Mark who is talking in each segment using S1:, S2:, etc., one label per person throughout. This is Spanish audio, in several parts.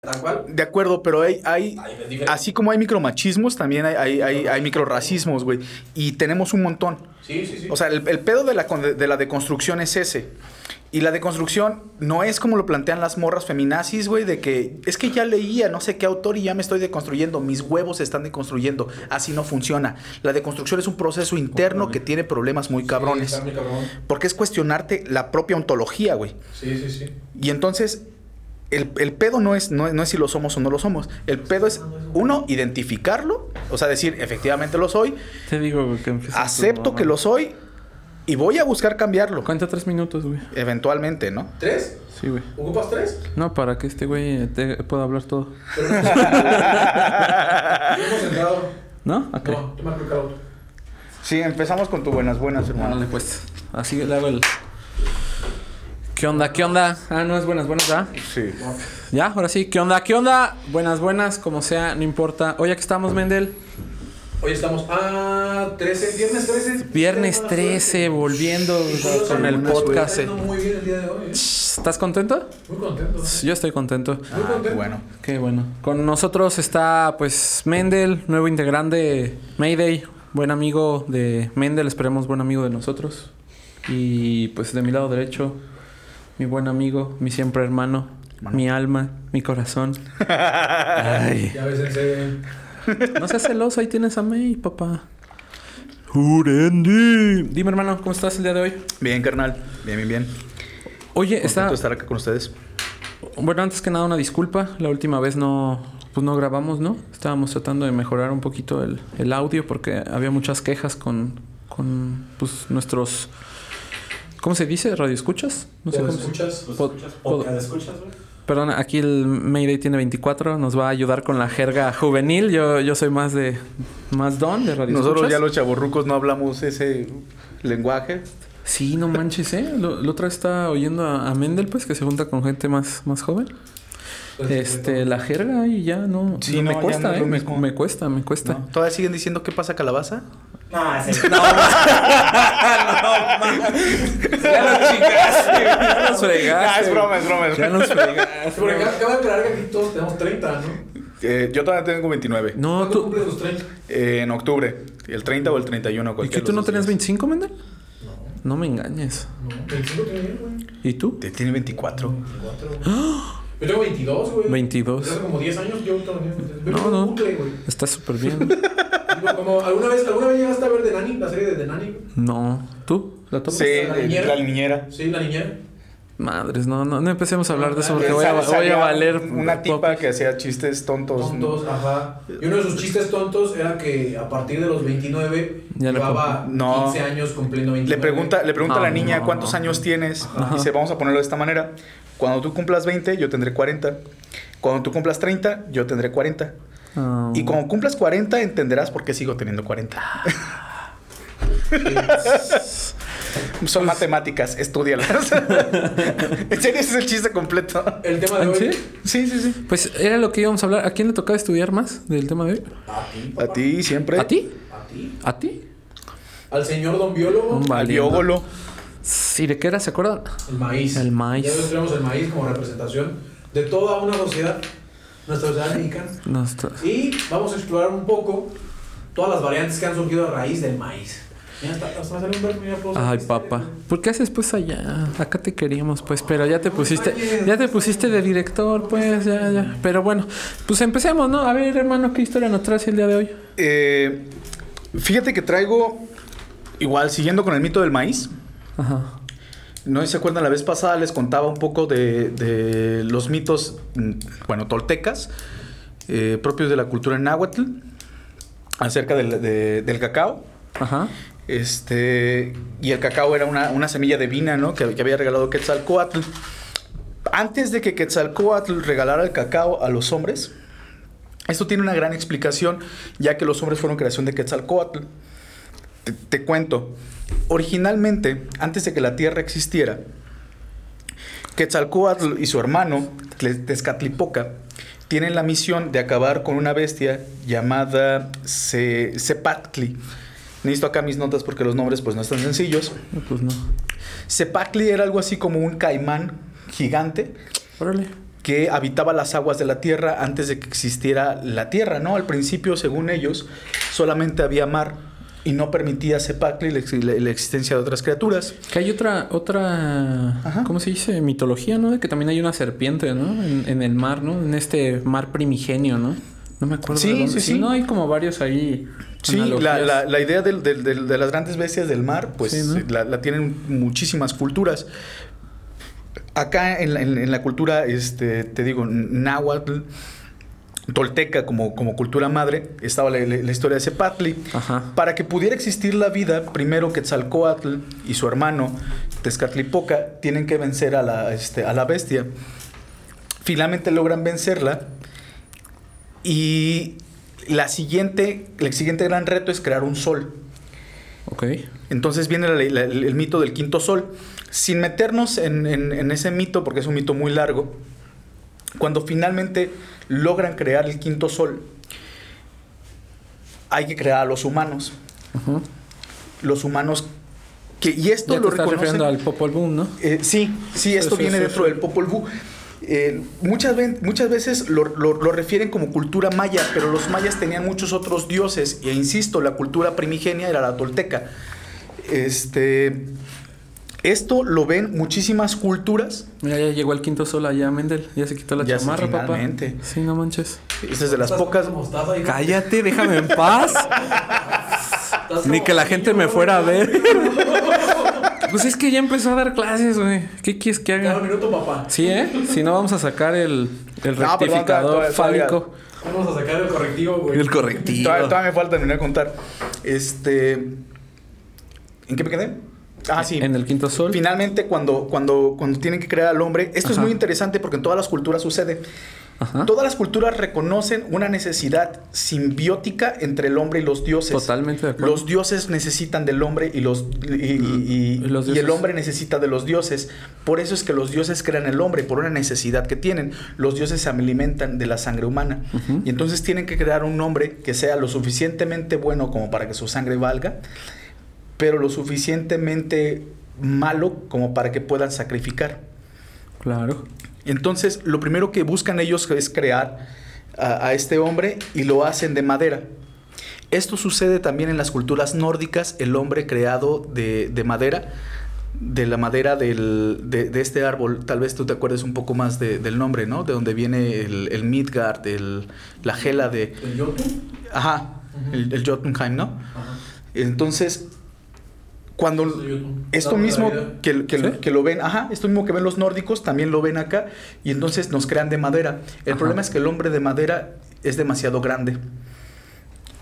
S1: tal cual.
S2: De acuerdo, pero hay, hay
S1: Ahí es diferente.
S2: así como hay micromachismos, también hay, hay, hay, hay microracismos, güey. Y tenemos un montón.
S1: Sí, sí, sí.
S2: O sea, el, el pedo de la, con- de la deconstrucción es ese. Y la deconstrucción no es como lo plantean las morras feminazis, güey, de que es que ya leía no sé qué autor y ya me estoy deconstruyendo, mis huevos se están deconstruyendo, así no funciona. La deconstrucción es un proceso interno que tiene problemas muy cabrones.
S1: Sí, está muy cabrón.
S2: Porque es cuestionarte la propia ontología, güey.
S1: Sí, sí, sí.
S2: Y entonces, el, el pedo no es, no, es- no es si lo somos o no lo somos. El pedo es, uno, identificarlo, o sea, decir, efectivamente lo soy,
S3: Te digo, güey, que empiezas tú,
S2: acepto
S3: mamá.
S2: que lo soy y voy a buscar cambiarlo.
S3: Cuenta tres minutos, güey.
S2: Eventualmente, ¿no?
S1: ¿Tres?
S3: Sí, güey.
S1: ¿Ocupas tres?
S3: No, para que este güey te pueda hablar todo.
S1: Pero no hemos entrado.
S3: ¿No? Ok.
S1: No, toma el out.
S2: Sí, empezamos con tu buenas, buenas,
S3: Ándale, pues. Así le hago el. ¿Qué onda? ¿Qué onda? Ah, no es buenas, buenas, ¿verdad?
S2: Sí.
S3: Ya, ahora sí. ¿Qué onda? ¿Qué onda? Buenas, buenas, como sea, no importa. Oye, aquí estamos, Mendel.
S1: Hoy estamos a 13, viernes 13.
S3: Viernes
S1: Buena
S3: 13,
S1: suerte.
S3: volviendo
S1: Buena
S3: con el
S1: suerte.
S3: podcast.
S1: Está yendo muy bien el día de hoy. eh.
S3: ¿Estás contento?
S1: Muy contento.
S3: Yo estoy contento.
S1: Muy contento.
S2: Ah, bueno.
S3: Qué bueno. Con nosotros está, pues, Mendel, nuevo integrante de Mayday. Buen amigo de Mendel, esperemos buen amigo de nosotros. Y, pues, de mi lado derecho, mi buen amigo, mi siempre hermano,
S2: Hermano.
S3: mi alma, mi corazón. Ay.
S1: Ya ves, en serio. eh.
S3: No seas celoso, ahí tienes a May, papá. Urendi. Dime, hermano, ¿cómo estás el día de hoy?
S2: Bien, carnal. Bien, bien, bien.
S3: Oye,
S2: Contento
S3: está...
S2: de estar acá con ustedes.
S3: Bueno, antes que nada, una disculpa. La última vez no, pues no grabamos, ¿no? Estábamos tratando de mejorar un poquito el, el audio porque había muchas quejas con, con pues, nuestros. ¿Cómo se dice? ¿Radio escuchas? No sé
S1: ¿Lo
S3: cómo se-
S1: escuchas?
S3: pod- pod-
S4: escuchas, güey?
S3: Perdón, aquí el Mayday tiene 24, nos va a ayudar con la jerga juvenil. Yo, yo soy más de. más don de radio
S2: Nosotros
S3: escuchas.
S2: ya los chaburrucos no hablamos ese lenguaje.
S3: Sí, no manches, ¿eh? Lo, la otra está oyendo a, a Mendel, pues, que se junta con gente más, más joven.
S1: Pues,
S3: Este, la jerga y ya no.
S2: Sí,
S3: no,
S2: no,
S3: me
S2: ya
S3: cuesta,
S2: no es
S3: ¿eh?
S2: lo
S3: Me,
S2: mismo.
S3: me cuesta, me cuesta.
S2: ¿no? Todavía siguen diciendo qué pasa calabaza.
S4: No, ese... No,
S3: Ya nos fregaste.
S2: Ah, es broma,
S3: Ya nos fregaste.
S1: Pero acá- acaba de aclarar que aquí todos tenemos 30, ¿no?
S2: Eh, yo todavía tengo 29.
S3: No,
S1: ¿Cuándo
S3: tú.
S1: cumples los 30?
S2: Eh, en octubre. El 30 o el 31.
S3: ¿Y
S2: cualquiera de
S3: que tú
S2: los
S3: no
S2: dos
S3: tenías
S2: días.
S3: 25, Mendel? No me engañes.
S1: No, 25 tiene bien, güey.
S3: ¿Y tú?
S2: Te tiene 24.
S1: 24, güey. Yo tengo 22, güey.
S3: 22.
S1: Hace como 10 años yo tengo 22.
S3: No, no.
S1: Bucle, güey.
S3: Estás súper bien.
S1: Digo, como, ¿alguna vez, ¿Alguna vez llegaste a ver The Nanny? La serie de The Nanny. güey?
S3: No. ¿Tú? ¿La tomas?
S2: Sí,
S1: eh, la niñera?
S2: la niñera.
S1: Sí, la niñera.
S3: Madres, no, no, no empecemos a hablar de eso porque
S2: Sa-
S3: voy a, voy
S2: Eh, salía
S3: a valer.
S2: Una tipa que hacía chistes tontos.
S1: Tontos, ajá. Y uno de sus chistes tontos era que a partir de los 29
S3: Ya le
S1: llevaba
S2: No.
S1: 15 años cumpliendo 29.
S2: Le pregunta, le pregunta a la
S3: No,
S2: niña
S3: Ah, no,
S2: cuántos
S3: no.
S2: años tienes. Y dice, vamos a ponerlo de esta manera. Cuando tú cumplas 20, yo tendré 40. Cuando tú cumplas 30, yo tendré 40.
S3: Ah.
S2: Y cuando cumplas 40, entenderás por qué sigo teniendo 40. Son
S3: Pues-
S2: matemáticas, estudialas. en serio, ese es el chiste completo.
S1: El tema de
S3: ¿Ah,
S1: hoy.
S3: sí?
S2: Sí, sí, sí.
S3: Pues era lo que íbamos a hablar. ¿A quién le tocaba estudiar más del tema de hoy?
S1: A ti.
S2: A ti siempre.
S3: ¿A ti?
S1: A ti.
S3: ¿A ti?
S1: Al señor don biólogo.
S3: Un
S2: Al
S3: valiendo.
S2: biógolo.
S3: Sí, ¿de qué era? ¿Se acuerdan?
S1: El maíz.
S3: El maíz.
S1: Ya ves, tenemos el maíz como representación de toda una sociedad, nuestra sociedad mexicana.
S3: No, está-
S1: Y vamos a explorar un poco todas las variantes que han surgido a raíz del maíz. Mira, hasta, hasta me sale un verbo, mira, puedo
S3: Ay,
S1: hacer-
S3: papá. ¿Por qué haces pues allá? Acá te queríamos, pues, pero ya te pusiste, ya te pusiste de director, pues, ya, ya. Pero bueno, pues empecemos, ¿no? A ver, hermano, ¿qué historia nos traes el día de hoy?
S2: Eh, fíjate que traigo, igual, siguiendo con el mito del maíz.
S3: Ajá.
S2: No sé si se acuerdan, la vez pasada les contaba un poco de, de los mitos, mm, bueno, toltecas, eh, propios de la cultura náhuatl, acerca del, de- del cacao.
S3: Ajá.
S2: Este, y el cacao era una, una semilla divina, ¿no? Que, que había regalado Quetzalcoatl. Antes de que Quetzalcoatl regalara el cacao a los hombres, esto tiene una gran explicación, ya que los hombres fueron creación de Quetzalcoatl. Te, te cuento. Originalmente, antes de que la tierra existiera, Quetzalcoatl y su hermano, Tle- Tezcatlipoca, tienen la misión de acabar con una bestia llamada Ce- Cepactli. Necesito acá mis notas porque los nombres pues no están sencillos.
S3: Eh, Pues no.
S2: Cepactli era algo así como un caimán gigante
S3: Órale.
S2: que habitaba las aguas de la tierra antes de que existiera la tierra, ¿no? Al principio, según ellos, solamente había mar y no permitía Cepacli la, ex- la- la existencia de otras criaturas.
S3: Que hay otra, otra,
S2: Ajá.
S3: ¿cómo se dice? Mitología, ¿no? De que también hay una serpiente, ¿no? En, en el mar, ¿no? En este mar primigenio, ¿no? No me acuerdo.
S2: Sí,
S3: de dónde.
S2: sí, sí.
S3: No, hay como varios ahí.
S2: Sí, la,
S3: analogías.
S2: la- la idea del- del- del- de las grandes bestias del mar, pues
S3: Sí, ¿no?
S2: eh, la, la tienen muchísimas culturas. Acá en la, en- en la cultura, este, te digo, n- náhuatl, tolteca como, como cultura madre, estaba la, la- la historia de Cepatli.
S3: Ajá.
S2: Para que pudiera existir la vida, primero Quetzalcoatl y su hermano Tezcatlipoca tienen que vencer a la, este, a la bestia. Finalmente logran vencerla y la siguiente, el siguiente gran reto es crear un sol.
S3: Ok.
S2: Entonces viene la- la- el mito del quinto sol. Sin meternos en, en- en ese mito, porque es un mito muy largo, cuando finalmente logran crear el quinto sol, hay que crear a los humanos
S3: Ajá.
S2: los humanos que y esto
S3: Ya te
S2: lo
S3: estás
S2: reconocen
S3: refiriendo al Popol Boom, ¿no?
S2: Eh, sí sí esto
S3: sí,
S2: viene
S3: sí,
S2: dentro
S3: sí.
S2: del Popol Vuh Eh, muchas, ven- muchas veces lo, lo- lo refieren como cultura maya, pero los mayas tenían muchos otros dioses, e insisto, la cultura primigenia era la tolteca. Este, esto lo ven muchísimas culturas,
S3: Mira, ya llegó el quinto sol allá, Mendel. Ya se quitó la
S2: Ya se-
S3: chamarra, papá.
S2: finalmente.
S3: Sí, no manches.
S2: esta es de las pocas.
S1: Mostaza, hijo.
S3: Cállate, déjame en paz.
S1: Estás
S3: Ni
S1: como
S3: que la gente me
S1: niño,
S3: fuera a
S1: güey.
S3: ver. Pues es que ya empezó a dar clases, güey. ¿Qué quieres que
S1: Cada
S3: haga?
S1: minuto, papá.
S3: Sí, ¿eh? Si no, vamos a sacar el,
S2: No, pero
S3: el rectificador
S2: todavía- todavía-
S3: fálico.
S1: Vamos a sacar el correctivo, güey.
S3: El correctivo.
S2: Todavía, todavía me falta terminar de contar. Este, ¿En qué me quedé? Ah, sí.
S3: En el quinto sol.
S2: Finalmente, cuando, cuando, cuando tienen que crear al hombre, esto es
S3: Ajá. Ah.
S2: muy interesante porque en todas las culturas sucede.
S3: Ajá.
S2: Todas las culturas reconocen una necesidad simbiótica entre el hombre y los dioses.
S3: Totalmente de acuerdo.
S2: Los dioses necesitan del hombre y los y, y- y-
S3: Y los
S2: y el
S3: dioses.
S2: hombre necesita de los dioses. Por eso es que los dioses crean el hombre, por una necesidad que tienen. Los dioses se alimentan de la sangre humana.
S3: Ujú.
S2: Y entonces tienen que crear un hombre que sea lo suficientemente bueno como para que su sangre valga, pero lo suficientemente malo como para que puedan sacrificar.
S3: Claro.
S2: Entonces, lo primero que buscan ellos es crear a, a este hombre y lo hacen de madera. Esto sucede también en las culturas nórdicas, el hombre creado de, de madera, de la madera del- de, de este árbol. Tal vez tú te acuerdes un poco más de- del nombre, ¿no? De donde viene el, el Midgard, el, la gela de...
S1: ¿El Yotun?
S2: Ajá, el, el Jotunheim, ¿no?
S1: Ajá. Este
S2: Entonces, cuando...
S1: Es el Yotun.
S2: Esto
S1: Dame la
S2: mismo
S1: vida.
S2: que, que-
S3: ¿Sí?
S2: que lo ven, ajá, esto mismo que ven los nórdicos también lo ven acá y entonces nos crean de madera. El
S3: Ajá.
S2: problema es que el hombre de madera es demasiado grande,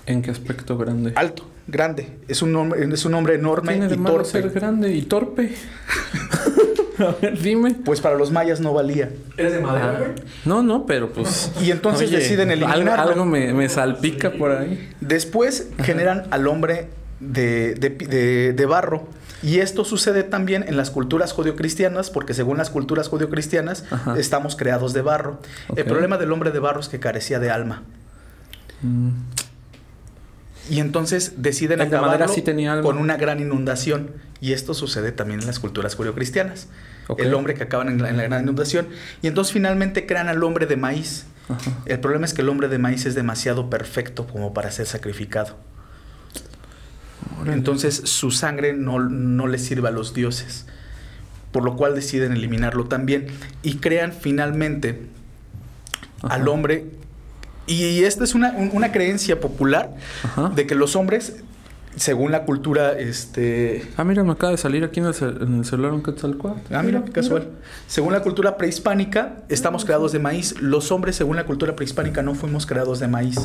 S3: ¿En qué aspecto grande?
S2: alto, grande. Es un hombre, es un hombre enorme
S3: Tiene de
S2: y
S3: malo
S2: torpe.
S3: ser grande y torpe. a ver, dime.
S2: Pues para los mayas no valía.
S1: ¿Eres de madera,
S3: Ah,
S1: güey?
S3: no, no, pero pues.
S2: Y entonces
S3: oye,
S2: deciden
S3: al-
S2: eliminarlo.
S3: Algo, me, me salpica por ahí.
S2: Después generan al hombre de, de pi- de- de barro. Y esto sucede también en las culturas judio-cristianas, porque según las culturas judio-cristianas,
S3: Ajá.
S2: estamos creados de barro.
S3: Ok.
S2: El problema del hombre de barro es que carecía de alma.
S3: Mm,
S2: Y entonces deciden
S3: El de madera
S2: acabarlo
S3: sí tenía alma.
S2: con una gran inundación. Y esto sucede también en las culturas judio-cristianas.
S3: ok.
S2: El hombre que acaban en la, en la gran inundación. Y entonces finalmente crean al hombre de maíz.
S3: Ajá.
S2: El problema es que el hombre de maíz es demasiado perfecto como para ser sacrificado.
S3: Órale.
S2: Entonces su sangre no, no le sirve a los dioses. Por lo cual deciden eliminarlo también. Y crean finalmente
S3: Ajá.
S2: al hombre. Y, esta es una, un- una creencia popular
S3: Ajá.
S2: de que los hombres, según la cultura, este...
S3: Ah, mira, me acaba de salir aquí en el, cel- en el celular un Quetzalcóatl.
S2: Ah, mira, qué casual. Según la cultura prehispánica, estamos creados de maíz. Los hombres, según la cultura prehispánica, no fuimos creados de maíz.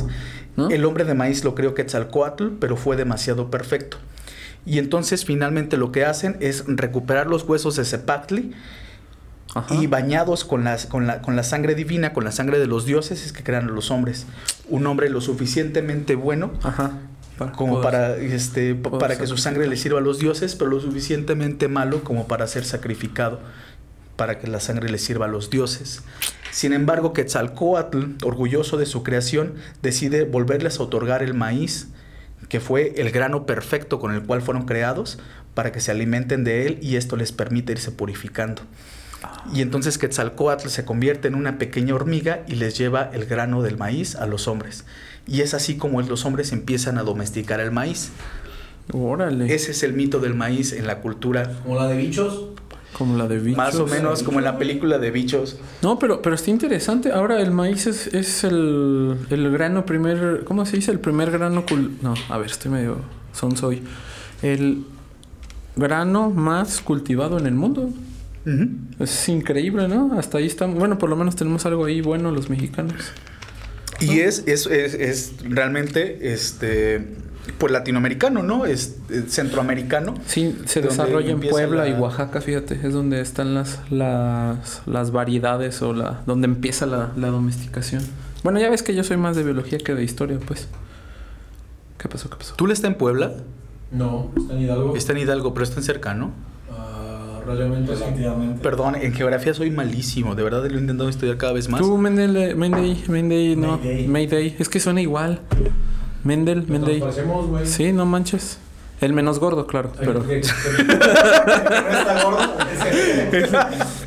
S3: ¿No?
S2: El hombre de maíz lo creó Quetzalcoatl, pero fue demasiado perfecto. Y entonces, finalmente, lo que hacen es recuperar los huesos de Cepactli
S3: Ajá.
S2: y bañados con, las, con, la, con la sangre divina, con la sangre de los dioses, es que crean a los hombres. Un hombre lo suficientemente bueno
S3: Ajá. Pues,
S2: como
S3: poder-
S2: para este pa-
S3: poder
S2: para que su
S3: sacrificar.
S2: sangre le sirva a los dioses, pero lo suficientemente malo como para ser sacrificado, para que la sangre le sirva a los dioses. Sin embargo, Quetzalcoatl, orgulloso de su creación, decide volverles a otorgar el maíz, que fue el grano perfecto con el cual fueron creados, para que se alimenten de él y esto les permite irse purificando. Y entonces Quetzalcoatl se convierte en una pequeña hormiga y les lleva el grano del maíz a los hombres. Y es así como los hombres empiezan a domesticar el maíz.
S3: Órale.
S2: Ese es el mito del maíz en la cultura.
S1: Como la de bichos.
S3: Como la de bichos.
S2: Más o menos como en la película de bichos.
S3: No, pero, pero está interesante. Ahora el maíz es, es el, el grano primer. ¿Cómo se dice? El primer grano. cul- no, a ver, estoy medio sonsoy. El grano más cultivado en el mundo.
S2: Ujú.
S3: Es increíble, ¿no? Hasta ahí estamos. Bueno, por lo menos tenemos algo ahí bueno los mexicanos.
S2: Y es, es, es, es realmente este pues latinoamericano, ¿no? Es, eh, centroamericano.
S3: Sí, se
S2: Donde
S3: desarrolla en
S2: empieza
S3: Puebla
S2: la-
S3: y Oaxaca, fíjate, es donde están las, las, las variedades o la donde empieza la, la domesticación. Bueno, ya ves que yo soy más de biología que de historia, pues. ¿Qué pasó? ¿Qué pasó?
S2: ¿Tú le está en Puebla?
S1: No, está en Hidalgo.
S3: Este.
S2: Está en Hidalgo, pero está en cercano.
S1: Ah, realmente sí.
S4: Relativamente.
S2: Perdón, en geografía soy malísimo. De verdad lo he intentado estudiar cada vez más.
S3: Tú, Mendel, Menday, Menday, no.
S4: Mayday.
S3: Mayday. Es que suena igual. Mendel,
S1: Nos
S3: Menday.
S1: parecemos, güey.
S3: Sí, no manches. El menos gordo, claro,
S1: Ay,
S3: pero...
S1: porque-
S4: No está gordo. es el-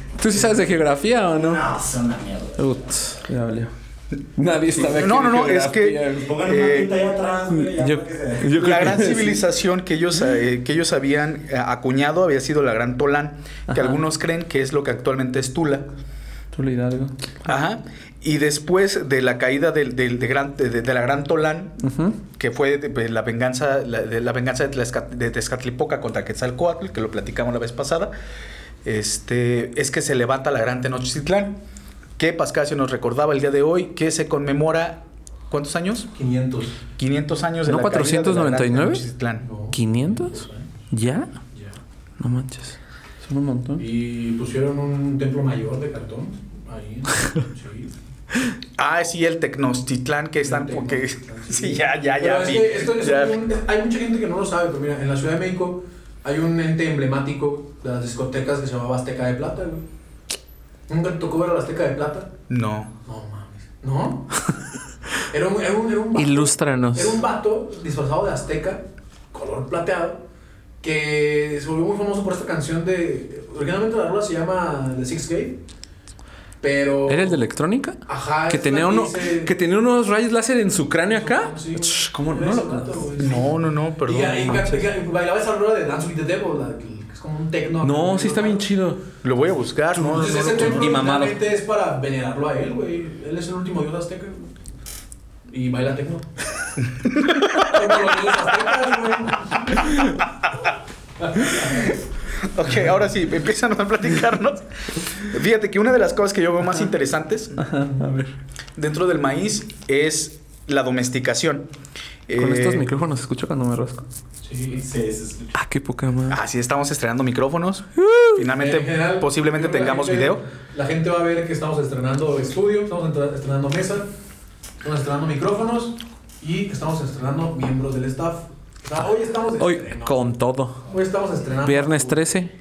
S3: ¿Tú sí sabes de geografía o no?
S4: No, es una mierda.
S3: Uts, ya valió. Nadie sabe
S2: No, no, no, es
S3: geografía.
S2: que-
S4: Pongan una
S2: Eh,
S4: pinta ahí atrás, güey. ya
S3: yo-
S4: para que se-
S3: yo creo
S2: la gran
S3: que sí.
S2: civilización que ellos, eh, que ellos habían eh, acuñado había sido la Gran Tolán, que
S3: Ajá.
S2: algunos creen que es lo que actualmente es Tula.
S3: Tula Hidalgo.
S2: Ajá. Y después de la caída del- del- de, gran- de- de la Gran Tolán,
S3: Ujú.
S2: que fue de- de la venganza, la, de, la venganza de, Tlaxca- de Tezcatlipoca contra Quetzalcoatl, que lo platicamos la vez pasada, este, es que se levanta la gran Tenochtitlán, que Pascasio nos recordaba el día de hoy, que se conmemora, ¿cuántos años?
S1: 500.
S2: 500 años de
S3: ¿No
S2: la caída de la gran
S3: 499?
S2: Tenochtitlán.
S1: No,
S3: ¿500? ¿Ya?
S1: ya.
S3: No manches. Son un montón.
S1: Y pusieron un templo mayor de cartón. Ahí. Sí.
S2: Ah, sí, el Tecnostitlán que están
S1: El
S2: porque
S1: Tenochtitlán, sí.
S2: sí, ya ya
S1: Pero
S2: ya
S1: es
S2: vi.
S1: que esto es
S2: ya vi.
S1: un- hay mucha gente que no lo sabe, pero mira, en la Ciudad de México hay un ente emblemático de las discotecas que se llamaba Azteca de Plata, güey. ¿Nunca te tocó ver a la Azteca de Plata?
S2: No.
S1: No mames. ¿No? Era un, era un, era un vato-
S3: Ilústranos.
S1: Era un vato disfrazado de azteca, color plateado, que se volvió muy famoso por esta canción de... Originalmente la rola se llama The Six Gate, pero...
S3: ¿Era el de electrónica?
S1: Ajá. Ah,
S3: Que
S1: es
S3: tenía,
S1: la
S3: uno,
S1: dice-
S3: que tenía unos rayos láser en su cráneo acá.
S1: Sí.
S3: Ch, ¿Cómo
S1: Era
S3: no
S1: ese
S3: lo
S1: vato, güey.
S2: No, no, no,
S1: Y,
S2: perdón.
S1: y- y- y bailaba esa rola de Dance with the Devil, la que es como un techno.
S3: No, sí está bien chido.
S2: Lo voy a buscar. No, no,
S1: Entonces, ese
S2: no, no,
S1: templo
S3: y mamado.
S1: literalmente es para venerarlo a él, güey. Él es el último dios azteca. güey. Y baila tecno. Como los dioses aztecas, güey.
S2: Ok, ahora sí, empiezan a platicarnos. Fíjate que una de las cosas que yo veo más interesantes
S3: a ver.
S2: dentro del maíz es la domesticación.
S3: Con
S2: Eh,
S3: estos micrófonos escucho cuando me rasco.
S1: Sí, sí.
S4: Sí, se escucha.
S3: Ah, qué poca madre.
S2: Así estamos estrenando micrófonos. Finalmente,
S1: En general,
S2: posiblemente
S1: creo que la
S2: tengamos
S1: gente-
S2: video.
S1: La gente va a ver que estamos estrenando estudio, estamos entra- estrenando mesa, estamos estrenando micrófonos y estamos estrenando miembros del staff. O sea, hoy estamos de
S3: Hoy
S1: estreno.
S3: con todo.
S1: Hoy estamos estrenando.
S3: Viernes 13.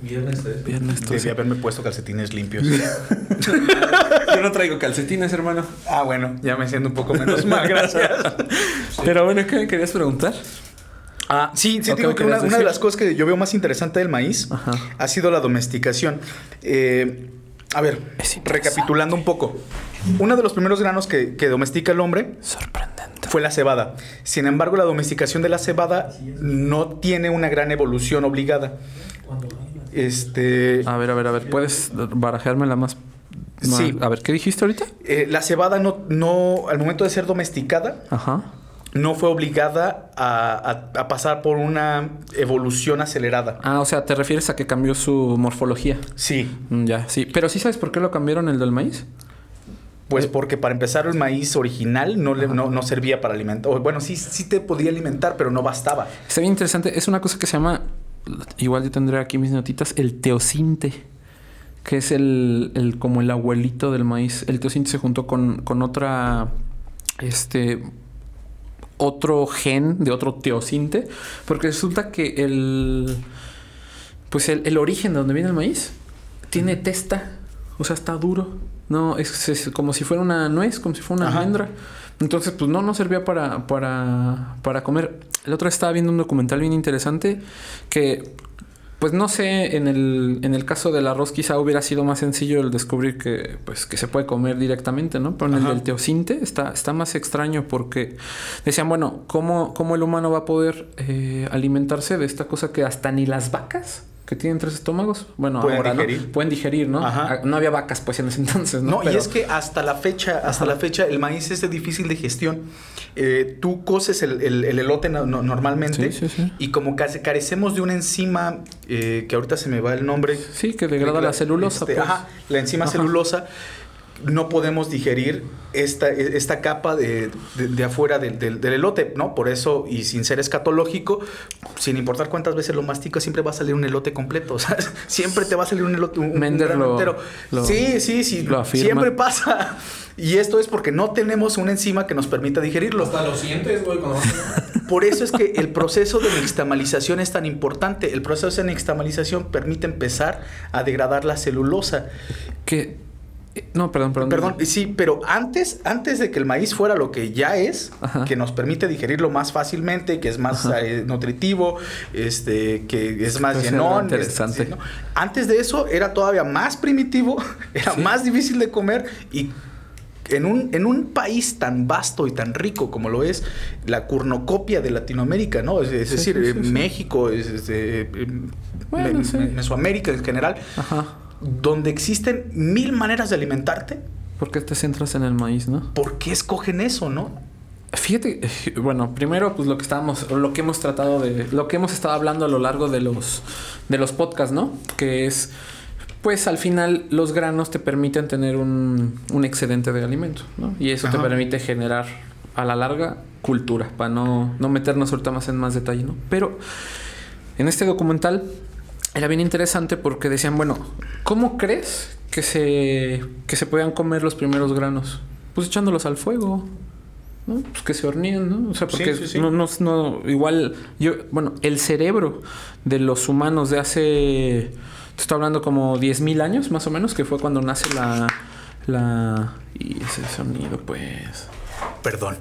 S1: Viernes 3.
S3: Viernes
S2: Debí
S3: 13.
S2: haberme puesto calcetines limpios.
S3: Yo no traigo calcetines, hermano.
S2: ah, bueno, ya me siento un poco menos mal, gracias.
S3: Pero bueno, ¿qué me querías preguntar?
S2: Ah, sí, sí,
S3: Ok,
S2: digo que una,
S3: ¿querías
S2: una de
S3: decir?
S2: las cosas que yo veo más interesante del maíz
S3: Ajá.
S2: ha sido la domesticación. Eh, a ver,
S3: Es interesante.
S2: recapitulando un poco. Uno de los primeros granos que, que domestica el hombre
S3: Sorprendente.
S2: fue la cebada. Sin embargo, la domesticación de la cebada no tiene una gran evolución obligada. Este,
S3: A ver, a ver, a ver. ¿Puedes barajármela más? más-
S2: Sí.
S3: A ver, ¿qué dijiste ahorita?
S2: eh, la cebada no, no, al momento de ser domesticada,
S3: Ajá.
S2: no fue obligada a, a- a pasar por una evolución acelerada.
S3: Ah, o sea, te refieres a que cambió su morfología.
S2: Sí,
S3: Mm, Ya, sí. Pero sí sabes por qué lo cambiaron el del maíz.
S2: pues porque para empezar el maíz original no, le- no, no servía para alimentar. o Bueno, sí, sí te podía alimentar, pero no bastaba.
S3: Está bien interesante. Es una cosa que se llama, igual yo tendré aquí mis notitas, el teocinte. Que es el, el- como el abuelito del maíz. El teocinte se juntó con, con otra, este, otro gen de otro teocinte. Porque resulta que el, pues el, el origen de donde viene el maíz tiene testa. O sea, está duro. No, es, es como si fuera una nuez, como si fuera una
S2: Ajá.
S3: almendra. Entonces, pues no, no servía para, para, para comer. El otro día estaba viendo un documental bien interesante que Pues no sé, en el, en el caso del arroz quizá hubiera sido más sencillo el descubrir que, pues, que se puede comer directamente, ¿no? Pero en el
S2: Ajá.
S3: del teocinte está, está más extraño porque decían, bueno, ¿cómo, cómo el humano va a poder eh, alimentarse de esta cosa que hasta ni las vacas que tienen tres estómagos, bueno,
S2: Pueden
S3: ahora
S2: digerir.
S3: no, pueden digerir, ¿no?
S2: Ajá.
S3: Ah, No había vacas pues en ese entonces, ¿no?
S2: No, y
S3: Pero-
S2: es que hasta la fecha, hasta la fecha, el maíz es de difícil digestión. Eh, tú coces el, el- el elote no- no- normalmente
S3: Sí, sí, sí.
S2: y como casi carecemos de una enzima eh, que ahorita se me va el nombre.
S3: Sí, que degrada la celulosa.
S2: Este,
S3: pues.
S2: ajá, la enzima
S3: Ajá.
S2: celulosa. No podemos digerir esta, e- esta capa de, de- de afuera del, del- del elote, ¿no? Por eso, y sin ser escatológico, sin importar cuántas veces lo masticas, siempre va a salir un elote completo. O sea, siempre te va a salir un elote un, un
S3: Mender
S2: grano
S3: lo-
S2: entero.
S3: lo-
S2: sí, sí, sí.
S3: lo afirma.
S2: Siempre pasa. Y esto es porque no tenemos una enzima que nos permita digerirlo.
S1: Hasta lo sientes, güey, cuando vas
S2: Por eso es que el proceso de nixtamalización es tan importante. El proceso de nixtamalización permite empezar a degradar la celulosa.
S3: Que... eh, No, perdón, perdón.
S2: Perdón, sí, pero antes, antes de que el maíz fuera lo que ya es,
S3: Ajá.
S2: que nos permite digerirlo más fácilmente, que es más eh, nutritivo, este, que es más
S3: Eso es
S2: llenón.
S3: algo
S2: es-
S3: interesante.
S2: sí, ¿no? Antes de eso era todavía más primitivo, era
S3: Sí.
S2: más difícil de comer y en un, en un país tan vasto y tan rico como lo es la cornucopia de Latinoamérica, ¿no? Es, es
S3: Sí,
S2: decir,
S3: sí,
S2: eh,
S3: sí, sí.
S2: México, es- es, eh, em,
S3: Bueno,
S2: Me-
S3: sí.
S2: Me- Mesoamérica en general,
S3: Ajá.
S2: donde existen mil maneras de alimentarte,
S3: ¿Por qué te centras en el maíz, no?
S2: ¿por qué escogen eso, no?
S3: Fíjate, eh, bueno, primero pues lo que estábamos, lo que hemos tratado de, lo que hemos estado hablando a lo largo de los, de los podcasts, ¿no? Que es, pues al final los granos te permiten tener un, un excedente de alimento, ¿no? Y eso te
S2: Ajá.
S3: permite generar a la larga cultura, para no, no meternos ahorita más en más detalle, ¿no? Pero en este documental era bien interesante porque decían, bueno, ¿cómo crees que se, que se podían comer los primeros granos? Pues echándolos al fuego. ¿no? Pues que se horneen, ¿no? O sea,
S2: Sí,
S3: porque
S2: sí, sí.
S3: No, no, no- igual, yo, bueno, el cerebro de los humanos de hace, te estoy hablando como 10.000 años más o menos, que fue cuando nace la, la, y ese sonido, pues,
S2: Perdón.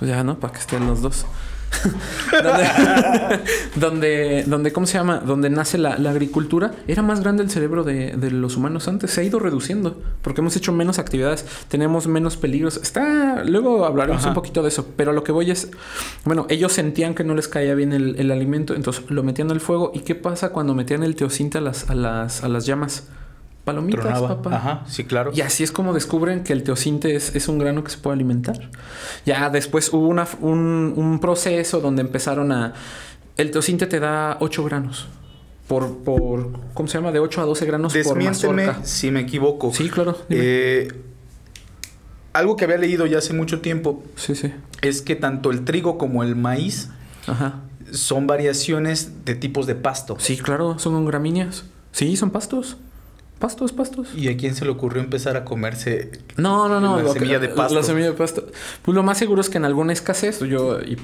S3: ya, ¿no? Para que estén los dos. donde, donde, donde, ¿cómo se llama? Donde nace la, la agricultura, era más grande el cerebro de, de los humanos antes. Se ha ido reduciendo porque hemos hecho menos actividades, tenemos menos peligros. Está, luego hablaremos
S2: Ajá.
S3: un poquito de eso, pero a lo que voy es, bueno, ellos sentían que no les caía bien el, el alimento, entonces lo metían al fuego. ¿Y qué pasa cuando metían el teocinta a las, a las, a las llamas? Palomitas,
S2: Tronaba.
S3: papá.
S2: Ajá, sí, claro.
S3: Y así es como descubren que el teocinte es, es un grano que se puede alimentar. Ya después hubo una, un, un proceso donde empezaron a... El teocinte te da 8 granos. Por, por... ¿Cómo se llama? De 8 a 12 granos por mazorca.
S2: Desmiénteme si me equivoco.
S3: Sí, claro. dime.
S2: Eh, algo que había leído ya hace mucho tiempo
S3: sí, sí.
S2: es que tanto el trigo como el maíz
S3: Ajá.
S2: son variaciones de tipos de pasto.
S3: Sí, claro. Son gramíneas. Sí, son pastos. Pastos, pastos.
S2: ¿Y a quién se le ocurrió empezar a comerse?
S3: No, no, no.
S2: La
S3: lo que-
S2: semilla de pasto.
S3: La semilla de pasto. Pues lo más seguro es que en alguna escasez yo y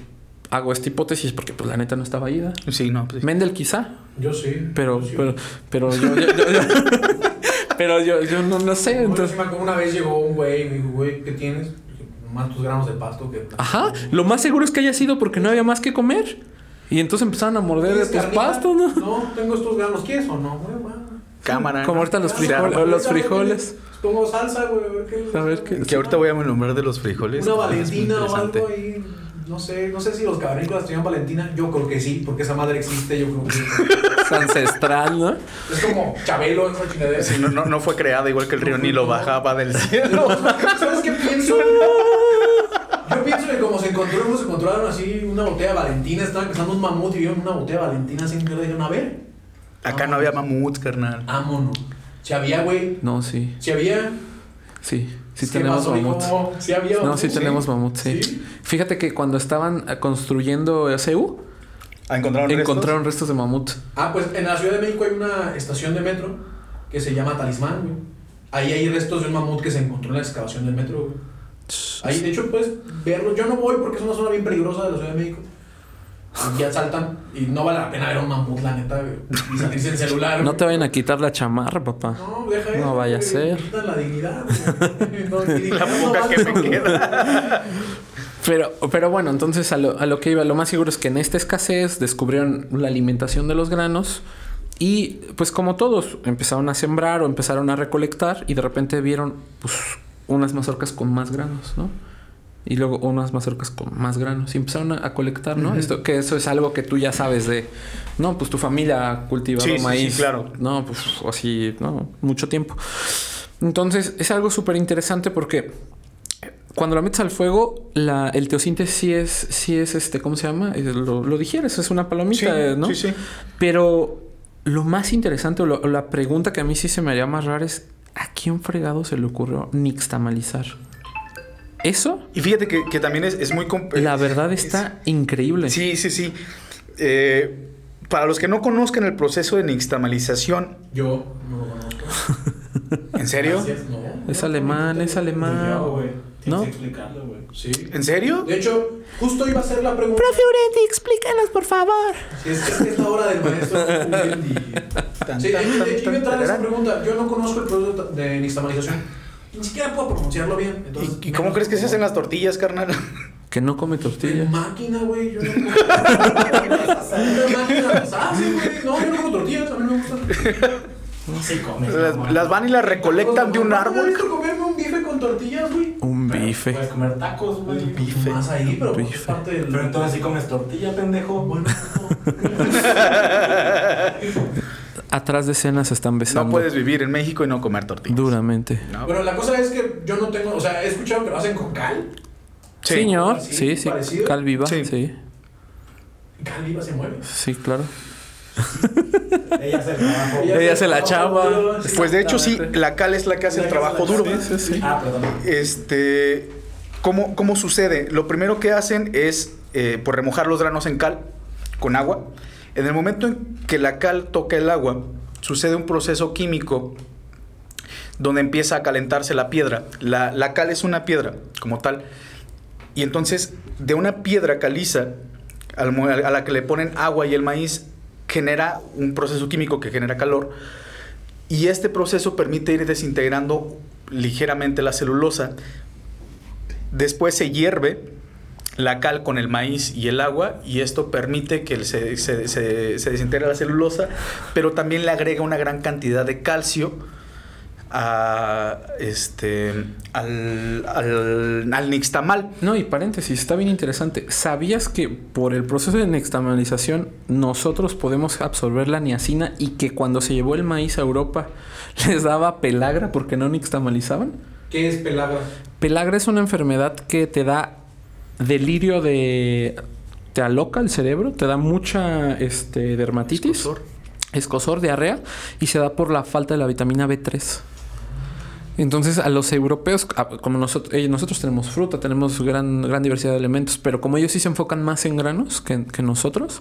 S3: hago esta hipótesis porque pues la neta no estaba ahí. ¿verdad?
S2: Sí, no. pues sí.
S3: Mendel quizá,
S1: Yo sí.
S3: Pero,
S1: yo sí.
S3: pero, pero yo, yo- yo- yo- pero yo, yo no, no sé,
S1: Bueno,
S3: entonces.
S1: sí me acuerdo, una vez llegó un güey y me dijo, güey, ¿qué tienes? Dije, Más tus gramos de pasto que.
S3: Ajá, lo más seguro es que haya sido porque no había más que comer. Y entonces empezaron a morder de
S1: ¿Quieres
S3: tus
S1: carnita?
S3: pastos, ¿no?
S1: No, tengo estos granos. ¿Quieres o no? Güey, va.
S2: Cámara.
S3: Como ahorita los
S2: Claro.
S3: frijoles. los frijoles.
S1: Pongo salsa, güey, a ver qué.
S3: A ver qué-
S2: Que ahorita voy a nombrar de los frijoles.
S1: Una
S2: Es muy
S1: Valentina o
S2: interesante.
S1: algo ahí. No sé, no sé si los cavernícolas tenían Valentina. Yo creo que sí, porque esa madre existe. Yo creo que sí.
S3: Es ancestral, ¿no?
S1: Es como Chabelo en esa chingadera.
S2: Sí, no, no, no fue creada igual que el río Nilo bajaba del cielo.
S1: ¿Sabes qué pienso? Yo pienso que como se encontraron, se encontraron así una botella de Valentina, estaban cazando un mamut y vieron una botella de Valentina sin que le dijeron, a ver,
S2: Acá no había mamuts, carnal.
S1: vámonos. Si había, güey,
S3: No, sí,
S1: si había.
S3: sí, sí
S1: ¿qué
S3: tenemos
S1: pasó? Dijo,
S3: mamuts.
S1: Si había.
S3: No, sí tenemos mamut, sí. Fíjate que cuando estaban eh, construyendo CEU,
S2: ¿Ah, ¿Encontraron restos?
S3: encontraron restos de mamut.
S1: Ah, pues en la Ciudad de México hay una estación de metro que se llama Talismán, güey. Ahí hay restos de un mamut que se encontró en la excavación del metro, güey. Ahí, de hecho, puedes verlo. Yo no voy porque es una zona bien peligrosa de la Ciudad de México. Aquí asaltan y no vale la pena ver a un mamut, la neta, güey. Y salirse en celular.
S3: No
S1: güey.
S3: te vayan a quitar la chamarra, papá.
S1: Ah, No, deja
S3: No
S1: eso.
S3: vaya a
S1: güey.
S3: ser.
S1: Quitan La dignidad. güey. No, ni
S2: La
S1: dignidad no
S2: poca
S1: vale.
S2: que me queda.
S3: Pero, pero bueno, entonces a lo, a lo que iba, lo más seguro es que en esta escasez descubrieron la alimentación de los granos Y pues como todos, empezaron a sembrar o empezaron a recolectar y de repente vieron pues, unas mazorcas con más granos, ¿no? Y luego unas mazorcas con más granos. Y empezaron a, a colectar, ¿no?
S2: Ujú.
S3: Esto, que eso es algo que tú ya sabes de, no, pues tu familia ha cultivado
S2: Sí, sí,
S3: maíz.
S2: sí, claro.
S3: No, pues así, no, mucho tiempo. Entonces es algo súper interesante porque cuando la metes al fuego, la, el teosíntesis sí es, sí es este, ¿cómo se llama? Eh, Lo, lo digieres, es una palomita, eh, ¿no?
S2: sí, sí.
S3: Pero lo más interesante, o lo- o la pregunta que a mí sí se me haría más rara es: ¿a quién fregado se le ocurrió nixtamalizar? Eso,
S2: Y fíjate que, que también es, es muy... comp-
S3: la
S2: es-
S3: verdad,
S2: Pues, es-
S3: está increíble.
S2: Sí, sí, sí. Eh, para los que no conozcan el proceso de nixtamalización,
S1: Yo no lo conozco.
S2: ¿en serio?
S1: Gracias, no.
S3: Es alemán, es alemán.
S4: Yo, güey.
S3: ¿No?
S4: Tienes que explicarlo, güey.
S1: Sí.
S2: ¿En serio?
S1: De hecho, justo iba a hacer la pregunta.
S3: Urenti, explícanos, por favor.
S1: Si es, es que es la hora del maestro. Urendi. Sí, de hecho, de hecho, iba a entrar en esa pregunta. Yo no conozco el producto de nixtamalización. Ni siquiera puedo pronunciarlo bien. Entonces,
S2: ¿Y, y cómo crees que se hacen las tortillas, carnal?
S3: Que no come
S1: En
S3: tortilla.
S1: máquina, güey. Yo no como. Una máquina las hace, güey. No, yo no como tortillas. A mí no me gustan.
S4: No se come.
S2: Las,
S4: mamá.
S2: las van y las recolectan de un
S1: ¿No te has
S2: árbol.
S1: visto comerme un bife con tortillas, güey? pues,
S3: Un
S4: Pero
S3: bife.
S4: Puedes comer tacos, güey.
S2: Bife.
S1: Más ahí, pero pues, es
S3: Bife.
S1: parte del.
S4: Pero entonces sí comes tortilla, pendejo.
S1: Bueno,
S3: Atrás de escenas se están besando.
S2: No puedes vivir en México y no comer tortillas.
S3: Duramente.
S2: No.
S1: no. Bueno, la cosa es que yo no tengo. O sea, he escuchado que lo hacen con cal.
S2: Sí.
S3: Señor,
S1: Sí,
S3: sí, sí.
S1: parecido.
S3: Cal viva,
S2: Sí.
S3: sí. sí.
S1: Cal viva se mueve.
S3: claro.
S4: Ella hace el trabajo.
S1: Ella
S3: Ella hace la
S1: chava.
S3: chava.
S2: Pues de hecho sí, la cal es la que hace el trabajo duro.
S1: Sí, sí, sí.
S4: Ah, perdón.
S2: Este, ¿cómo, cómo sucede? Lo primero que hacen es eh, por remojar los granos en cal con agua. En el momento en que la cal toca el agua, sucede un proceso químico donde empieza a calentarse la piedra. La, la cal es una piedra como tal. Y entonces, de una piedra caliza al mo- a la que le ponen agua y el maíz, genera un proceso químico que genera calor. Y este proceso permite ir desintegrando ligeramente la celulosa. Después se hierve la cal con el maíz y el agua y esto permite que se, se- se- se desintegre la celulosa, pero también le agrega una gran cantidad de calcio a, este, al, al, al nixtamal.
S3: No, y paréntesis, está bien interesante. ¿Sabías que por el proceso de nixtamalización nosotros podemos absorber la niacina y que cuando se llevó el maíz a Europa les daba pelagra porque no nixtamalizaban?
S1: ¿Qué es pelagra?
S3: Pelagra es una enfermedad que te da delirio de... Te aloca el cerebro, te da mucha este, dermatitis, escosor. diarrea y se da por la falta de la vitamina B3. Entonces a los europeos, a- como nosotros, nosotros tenemos fruta, tenemos gran, gran diversidad de elementos, pero como ellos sí se enfocan más en granos que, que nosotros,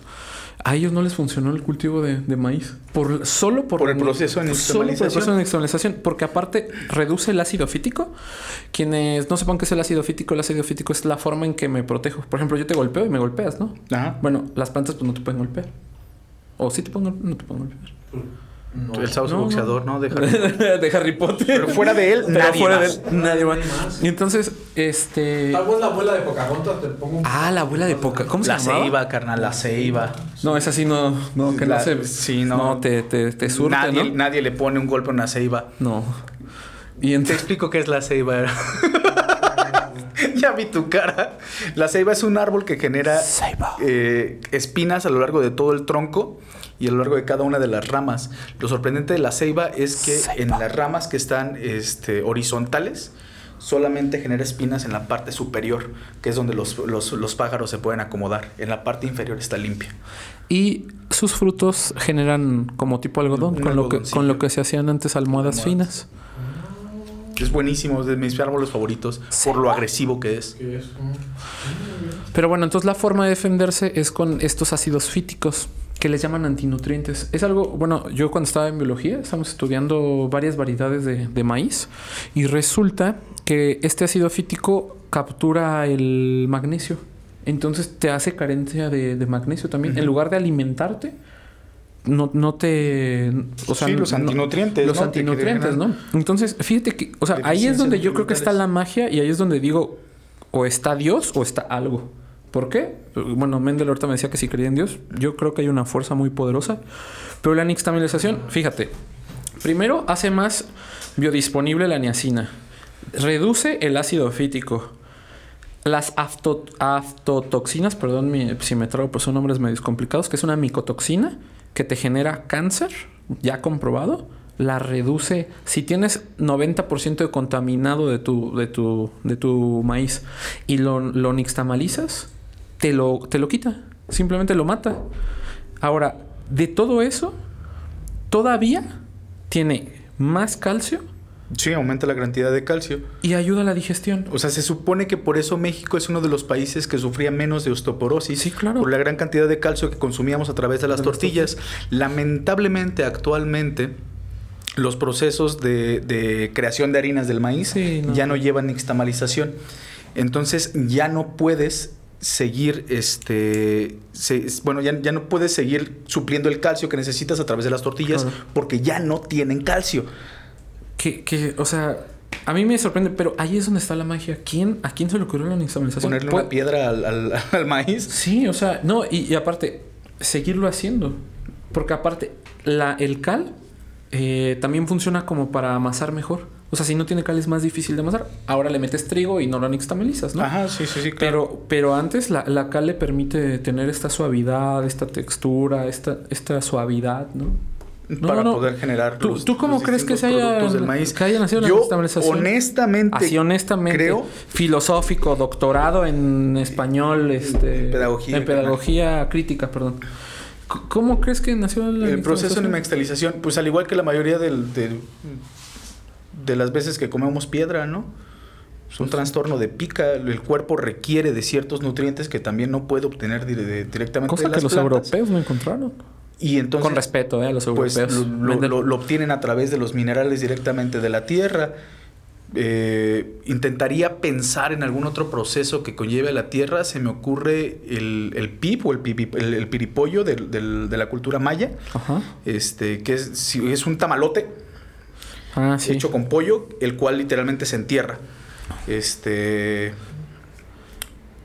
S3: a ellos no les funcionó el cultivo de, de maíz. Por, solo por,
S2: Por el proceso de
S3: Solo por el proceso
S2: nixtamalización.
S3: de nixtamalización, porque aparte reduce el ácido fítico. Quienes no sepan qué es el ácido fítico, el ácido fítico es la forma en que me protejo. Por ejemplo, yo te golpeo y me golpeas, ¿no?
S2: Ajá.
S3: Bueno, las plantas pues no te pueden golpear. O sí te pueden gol- no te pueden golpear.
S1: No.
S2: El sauce
S3: No, no.
S2: boxeador, ¿no? Deja-
S3: de Harry Potter.
S2: Pero fuera de él,
S3: Pero
S2: nadie
S3: fuera
S2: más.
S3: de él, nadie más.
S1: Nadie más.
S3: Y entonces, este.
S1: Tal vez la abuela de Pocahontas te pongo un.
S3: Ah, la abuela de Poca. ¿Cómo se
S2: La
S3: llamaba?
S2: ceiba, carnal, la ceiba.
S3: No, esa sí no. No, que
S2: La-
S3: no se.
S2: sí, no.
S3: te, te, te surte,
S2: nadie,
S3: ¿no?
S2: nadie le pone un golpe a una ceiba.
S3: No. Y
S2: Te
S3: entonces.
S2: explico qué es la ceiba. ya vi tu cara. La ceiba es un árbol que genera eh, espinas a lo largo de todo el tronco y a lo largo de cada una de las ramas. Lo sorprendente de la ceiba es que en las ramas que están este, horizontales solamente genera espinas en la parte superior, que es donde los, los- los pájaros se pueden acomodar. En la parte inferior está limpia.
S3: Y sus frutos generan como tipo algodón,
S2: Un
S3: con lo, que,
S2: algodoncillo.
S3: con lo que se hacían antes almohadas,
S2: Almohadas.
S3: finas.
S2: Es buenísimo, es de mis árboles favoritos por lo agresivo que es.
S1: ¿Qué es? Mm.
S3: Pero bueno, entonces la forma de defenderse es con estos ácidos fíticos que les llaman antinutrientes. Es algo, bueno, yo cuando estaba en biología estamos estudiando varias variedades de, de maíz y resulta que este ácido fítico captura el magnesio. Entonces te hace carencia de, de magnesio también. En lugar de alimentarte, no, no te... O sea,
S2: Sí, los
S3: no-
S2: antinutrientes,
S3: Los
S2: ¿no? Que- que
S3: antinutrientes,
S2: generan-
S3: ¿no? Entonces, fíjate que, o sea, ahí es
S2: Deficiencias
S3: donde yo creo que está
S2: nutrimentales.
S3: la magia y ahí es donde digo, o está Dios o está algo. ¿Por qué? Bueno, Mendel ahorita me decía que si creía en Dios, yo creo que hay una fuerza muy poderosa Pero la nixtamalización, fíjate, primero hace más biodisponible la niacina, reduce el ácido fítico. Las afto- aftotoxinas, perdón mi- si me trago, pues son nombres medios complicados, que es una micotoxina que te genera cáncer, ya comprobado, la reduce. Si tienes 90% de contaminado de tu, de tu, de tu maíz y lo, lo nixtamalizas, te lo, te lo quita, simplemente lo mata. Ahora, de todo eso, todavía tiene más calcio
S2: Sí, aumenta la cantidad de calcio.
S3: y ayuda a la digestión.
S2: O sea, se supone que por eso México es uno de los países que sufría menos de osteoporosis.
S3: Sí, claro.
S2: Por la gran cantidad de calcio que consumíamos a través de las
S3: De las
S2: tortillas. Lamentablemente, actualmente, los procesos de, de creación de harinas del maíz
S3: Sí, no.
S2: ya no llevan nixtamalización. Entonces, ya no puedes seguir este se- bueno ya, ya no puedes seguir supliendo el calcio que necesitas a través de las tortillas
S3: Claro.
S2: porque ya no tienen calcio
S3: Que, que, o sea, a mí me sorprende, pero ahí es donde está la magia. ¿Quién, ¿A quién se le ocurrió la nixtamalización?
S2: ponerle
S3: Pu-
S2: una piedra al, al- al maíz
S3: Sí, o sea, no, y, y aparte, seguirlo haciendo. Porque aparte, la, el cal eh, también funciona como para amasar mejor. O sea, si no tiene cal es más difícil de amasar. Ahora le metes trigo y no lo nixtamalizas, ¿no?
S2: ajá sí sí sí claro
S3: Pero, pero antes la, la cal le permite tener esta suavidad, esta textura, esta, esta suavidad, ¿no? No,
S2: para
S3: no, no.
S2: poder generar
S3: ¿Tú- tú cómo crees que se
S2: distintos
S3: haya-
S2: productos del maíz.
S3: que haya nacido la
S2: Yo,
S3: nixtamalización?
S2: honestamente
S3: Así honestamente,
S2: creo
S3: filosófico, doctorado en español, este,
S2: en pedagogía,
S3: en pedagogía crítica, perdón. C- ¿Cómo crees que nació la
S2: el proceso de
S3: nixtamalización?
S2: nixtamalización pues al igual que la mayoría del, del- de las veces que comemos piedra no es
S3: Pues
S2: un trastorno de pica el cuerpo requiere de ciertos nutrientes que también no puede obtener dire- de- directamente de
S3: Cosa que
S2: las
S3: los
S2: plantas.
S3: europeos no encontraron.
S2: y entonces
S3: Con respeto, ¿eh? A los
S2: pues
S3: europeos.
S2: lo, lo-
S3: Venden-
S2: lo- lo obtienen a través de los minerales directamente de la tierra. Eh, intentaría pensar en algún otro proceso que conlleve a la tierra. Se me ocurre el, el pip o el, pipi- el- el piripollo del- del- de la cultura maya,
S3: Ajá.
S2: este, que es, si- es un tamalote
S3: Ah, sí.
S2: hecho con pollo, el cual literalmente se entierra. Este.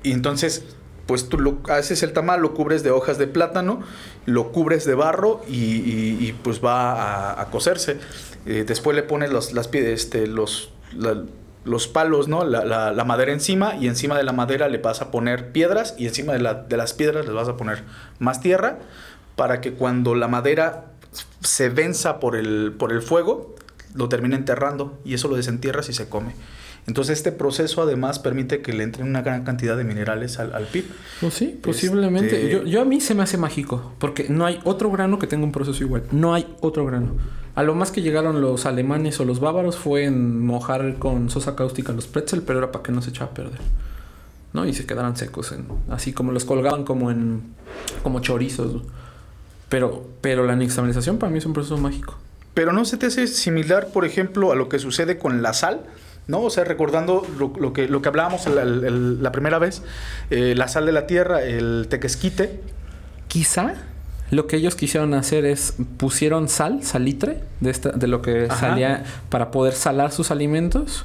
S2: Y entonces, pues tú lo haces el tamal, lo cubres de hojas de plátano, lo cubres de barro y, y- y, pues va a, a cocerse. Eh, después le pones los, las, pie- este, los, la- los palos, ¿no? La, la- la madera encima y encima de la madera le vas a poner piedras y encima de, la- de las piedras les vas a poner más tierra para que cuando la madera se venza por el, por el fuego, lo termina enterrando y eso lo desentierras y se come. Entonces este proceso además permite que le entren una gran cantidad de minerales al, al pip.
S3: Pues sí, posiblemente.
S2: Este-
S3: Yo, yo a mí se me hace mágico, porque no hay otro grano que tenga un proceso igual. No hay otro grano. A lo más que llegaron los alemanes o los bávaros fue en mojar con sosa cáustica los pretzel, pero era para que no se echara a perder. ¿No? Y se quedaran secos, en- así como los colgaban como en como chorizos. Pero pero la nixtamalización para mí es un proceso mágico.
S2: Pero no se te hace similar, por ejemplo, a lo que sucede con la sal, ¿no? O sea, recordando lo, lo que, lo que hablábamos la, el- la primera vez, eh, la sal de la tierra, el tequesquite.
S3: Quizá lo que ellos quisieron hacer es pusieron sal, salitre, de esta, de lo que
S2: Ajá.
S3: salía para poder salar sus alimentos.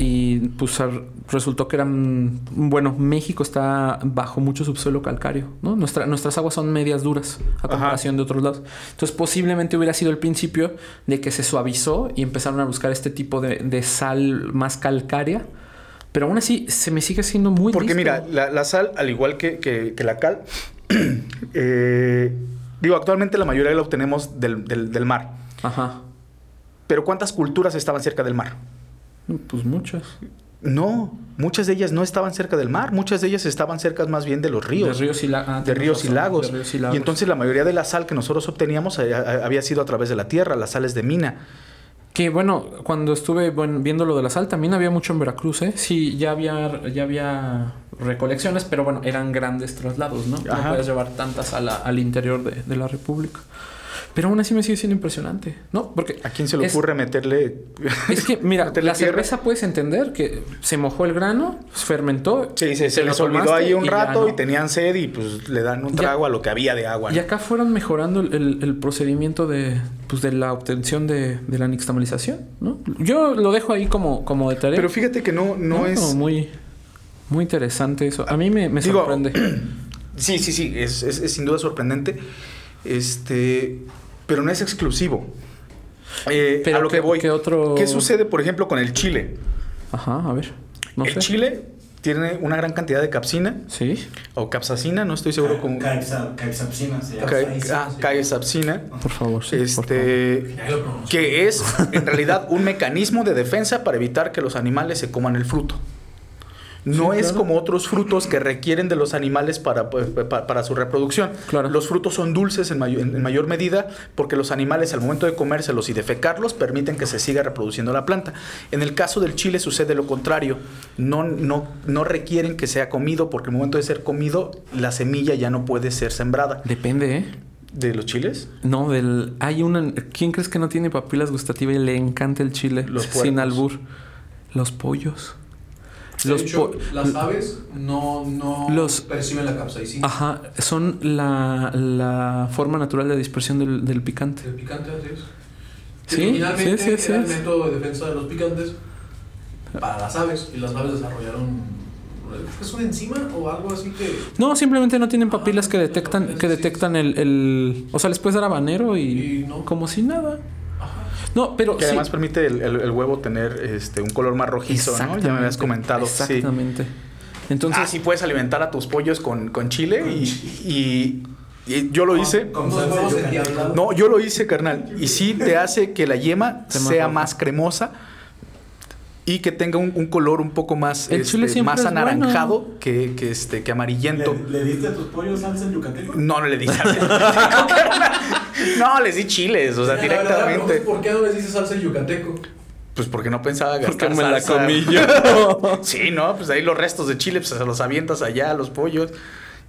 S3: Y pues al- resultó que eran. Bueno, México está bajo mucho subsuelo calcáreo, ¿no? Nuestra- nuestras aguas son medias duras a
S2: Ajá.
S3: comparación de otros lados. Entonces, posiblemente hubiera sido el principio de que se suavizó y empezaron a buscar este tipo de, de sal más calcárea. Pero aún así, se me sigue siendo muy
S2: Porque mira,
S3: díscolo.
S2: la, la sal, al igual que, que- que la cal, eh, digo, actualmente la mayoría la obtenemos del, del- del mar.
S3: Ajá.
S2: Pero ¿cuántas culturas estaban cerca del mar?
S3: Pues muchas.
S2: No, muchas de ellas no estaban cerca del mar, muchas de ellas estaban cerca más bien de los ríos.
S3: De ríos y, la- ah,
S2: de
S3: tienes
S2: ríos y
S3: razón,
S2: lagos.
S3: de ríos y lagos.
S2: entonces la mayoría de la sal que nosotros obteníamos eh, a- había sido a través de la tierra, las sales de mina.
S3: Que bueno, cuando estuve bueno, viendo lo de la sal, también había mucho en Veracruz, ¿eh? Sí, ya había, ya había recolecciones, pero bueno, eran grandes traslados, ¿no?
S2: Ajá.
S3: No puedes llevar tantas a la- al interior de, de la República. Pero aún así me sigue siendo impresionante, ¿no? Porque...
S2: ¿A quién se le
S3: es-
S2: ocurre meterle...
S3: Es que, mira,
S2: meterle
S3: la
S2: tierra?
S3: cerveza puedes entender que se mojó el grano, fermentó.
S2: Sí, se, se
S3: te lo
S2: les olvidó
S3: tomaste
S2: ahí un
S3: y ya
S2: rato
S3: no.
S2: y tenían sed y pues le dan un
S3: Ya.
S2: trago a lo que había de agua. ¿no?
S3: Y acá fueron mejorando el, el- el procedimiento de, pues, de la obtención de, de la nixtamalización, ¿no? Yo lo dejo ahí como, como de tarea.
S2: Pero fíjate que no, no, es...
S3: Muy, muy interesante eso. A mí me, me
S2: Digo,
S3: sorprende.
S2: Sí, sí, sí, es, es- es sin duda sorprendente. Este, pero no es exclusivo. Eh,
S3: Pero
S2: a lo
S3: ¿qué-
S2: que voy.
S3: qué otro-
S2: ¿Qué sucede, por ejemplo, con el chile?
S3: Ajá, a ver. No
S2: el
S3: sé.
S2: chile tiene una gran cantidad de capsina
S3: Sí,
S2: o capsacina, no estoy seguro cómo. ca-
S4: Caipsa- Caipsapsina se llama.
S2: ah, Capsaicina.
S3: por favor. sí, por favor.
S2: Este,
S1: Ya lo pronuncio.
S2: que es en realidad un mecanismo de defensa para evitar que los animales se coman el fruto. No
S3: Sí,
S2: es
S3: claro.
S2: como otros frutos que requieren de los animales para, pues, pa- para, su reproducción.
S3: Claro.
S2: Los frutos son dulces en, mayo- en- en mayor medida porque los animales al momento de comérselos y defecarlos permiten que se siga reproduciendo la planta. En el caso del chile sucede lo contrario. No, no, no requieren que sea comido porque al momento de ser comido la semilla ya no puede ser sembrada.
S3: Depende, ¿eh?
S2: ¿De los chiles?
S3: No, del. Hay una. ¿Quién crees que no tiene papilas gustativas y le encanta el chile?
S2: Los
S3: Sin
S2: puercos.
S3: albur. Los pollos.
S1: De
S3: los
S1: hecho,
S3: po-
S1: las aves no, no
S3: Los- Ah.
S1: perciben la capsaicina.
S3: Ajá, son la, la forma natural de dispersión del, del picante.
S1: El picante, así es.
S3: Sí,
S1: Que originalmente
S3: sí, sí, sí,
S1: Era el
S3: es.
S1: método de defensa de los picantes para las aves. Y las aves desarrollaron. ¿Es una enzima o algo así que.?
S3: No, simplemente no tienen papilas que
S1: Ah,
S3: detectan,
S1: sí, sí.
S3: que detectan el, el- O sea, les puedes dar habanero y.
S1: Y no.
S3: Como si nada. No, pero.
S2: Que
S3: sí.
S2: además permite el, el- el huevo tener este, un color más rojizo, ¿no? Ya me habías
S3: Exactamente,
S2: comentado. Sí.
S3: Exactamente. Entonces.
S2: Entonces, sí puedes alimentar a tus pollos con, con chile y, y- y yo lo hice.
S4: Con
S1: Unos
S4: salsa
S1: huevos
S4: yucateca.
S1: endiablados.
S2: No, yo lo hice, carnal. Y sí te hace que la yema
S3: Te
S2: sea
S3: mandaron.
S2: más cremosa y que tenga un, un color un poco más, este,
S3: El chile siempre
S2: más
S3: es bueno.
S2: anaranjado que, que, este, que amarillento.
S4: ¿Le, le diste a tus pollos salsa yucateca?
S2: No, no le di salsa. carnal. no, les di chiles, o sea,
S1: Mira, la verdad, la pregunta es,
S2: directamente.
S1: ¿Por qué no les dices salsa yucateco?
S2: Pues porque no pensaba gastar
S3: porque me la
S2: salsa.
S3: comí yo.
S2: Sí, ¿no? Pues ahí los restos de chile, pues se los avientas allá a los pollos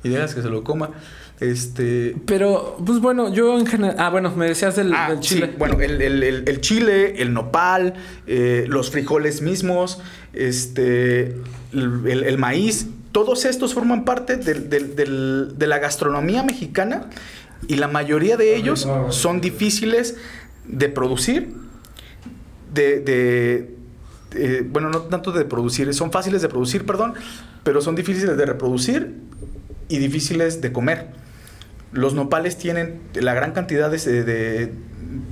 S2: y dejas que se lo coma. Este.
S3: Pero, pues bueno, yo en general. Ah, bueno, me decías del,
S2: Ah,
S3: del chile.
S2: sí, bueno, el, el- el- el chile, el nopal, eh, los frijoles mismos, este, el, el- el maíz, todos estos forman parte del- del- del- de la gastronomía mexicana y la mayoría de ellos son difíciles de producir, de... de- eh, bueno, no tanto de producir, son fáciles de producir, perdón, pero son difíciles de reproducir y difíciles de comer. Los nopales tienen la gran cantidad de, de-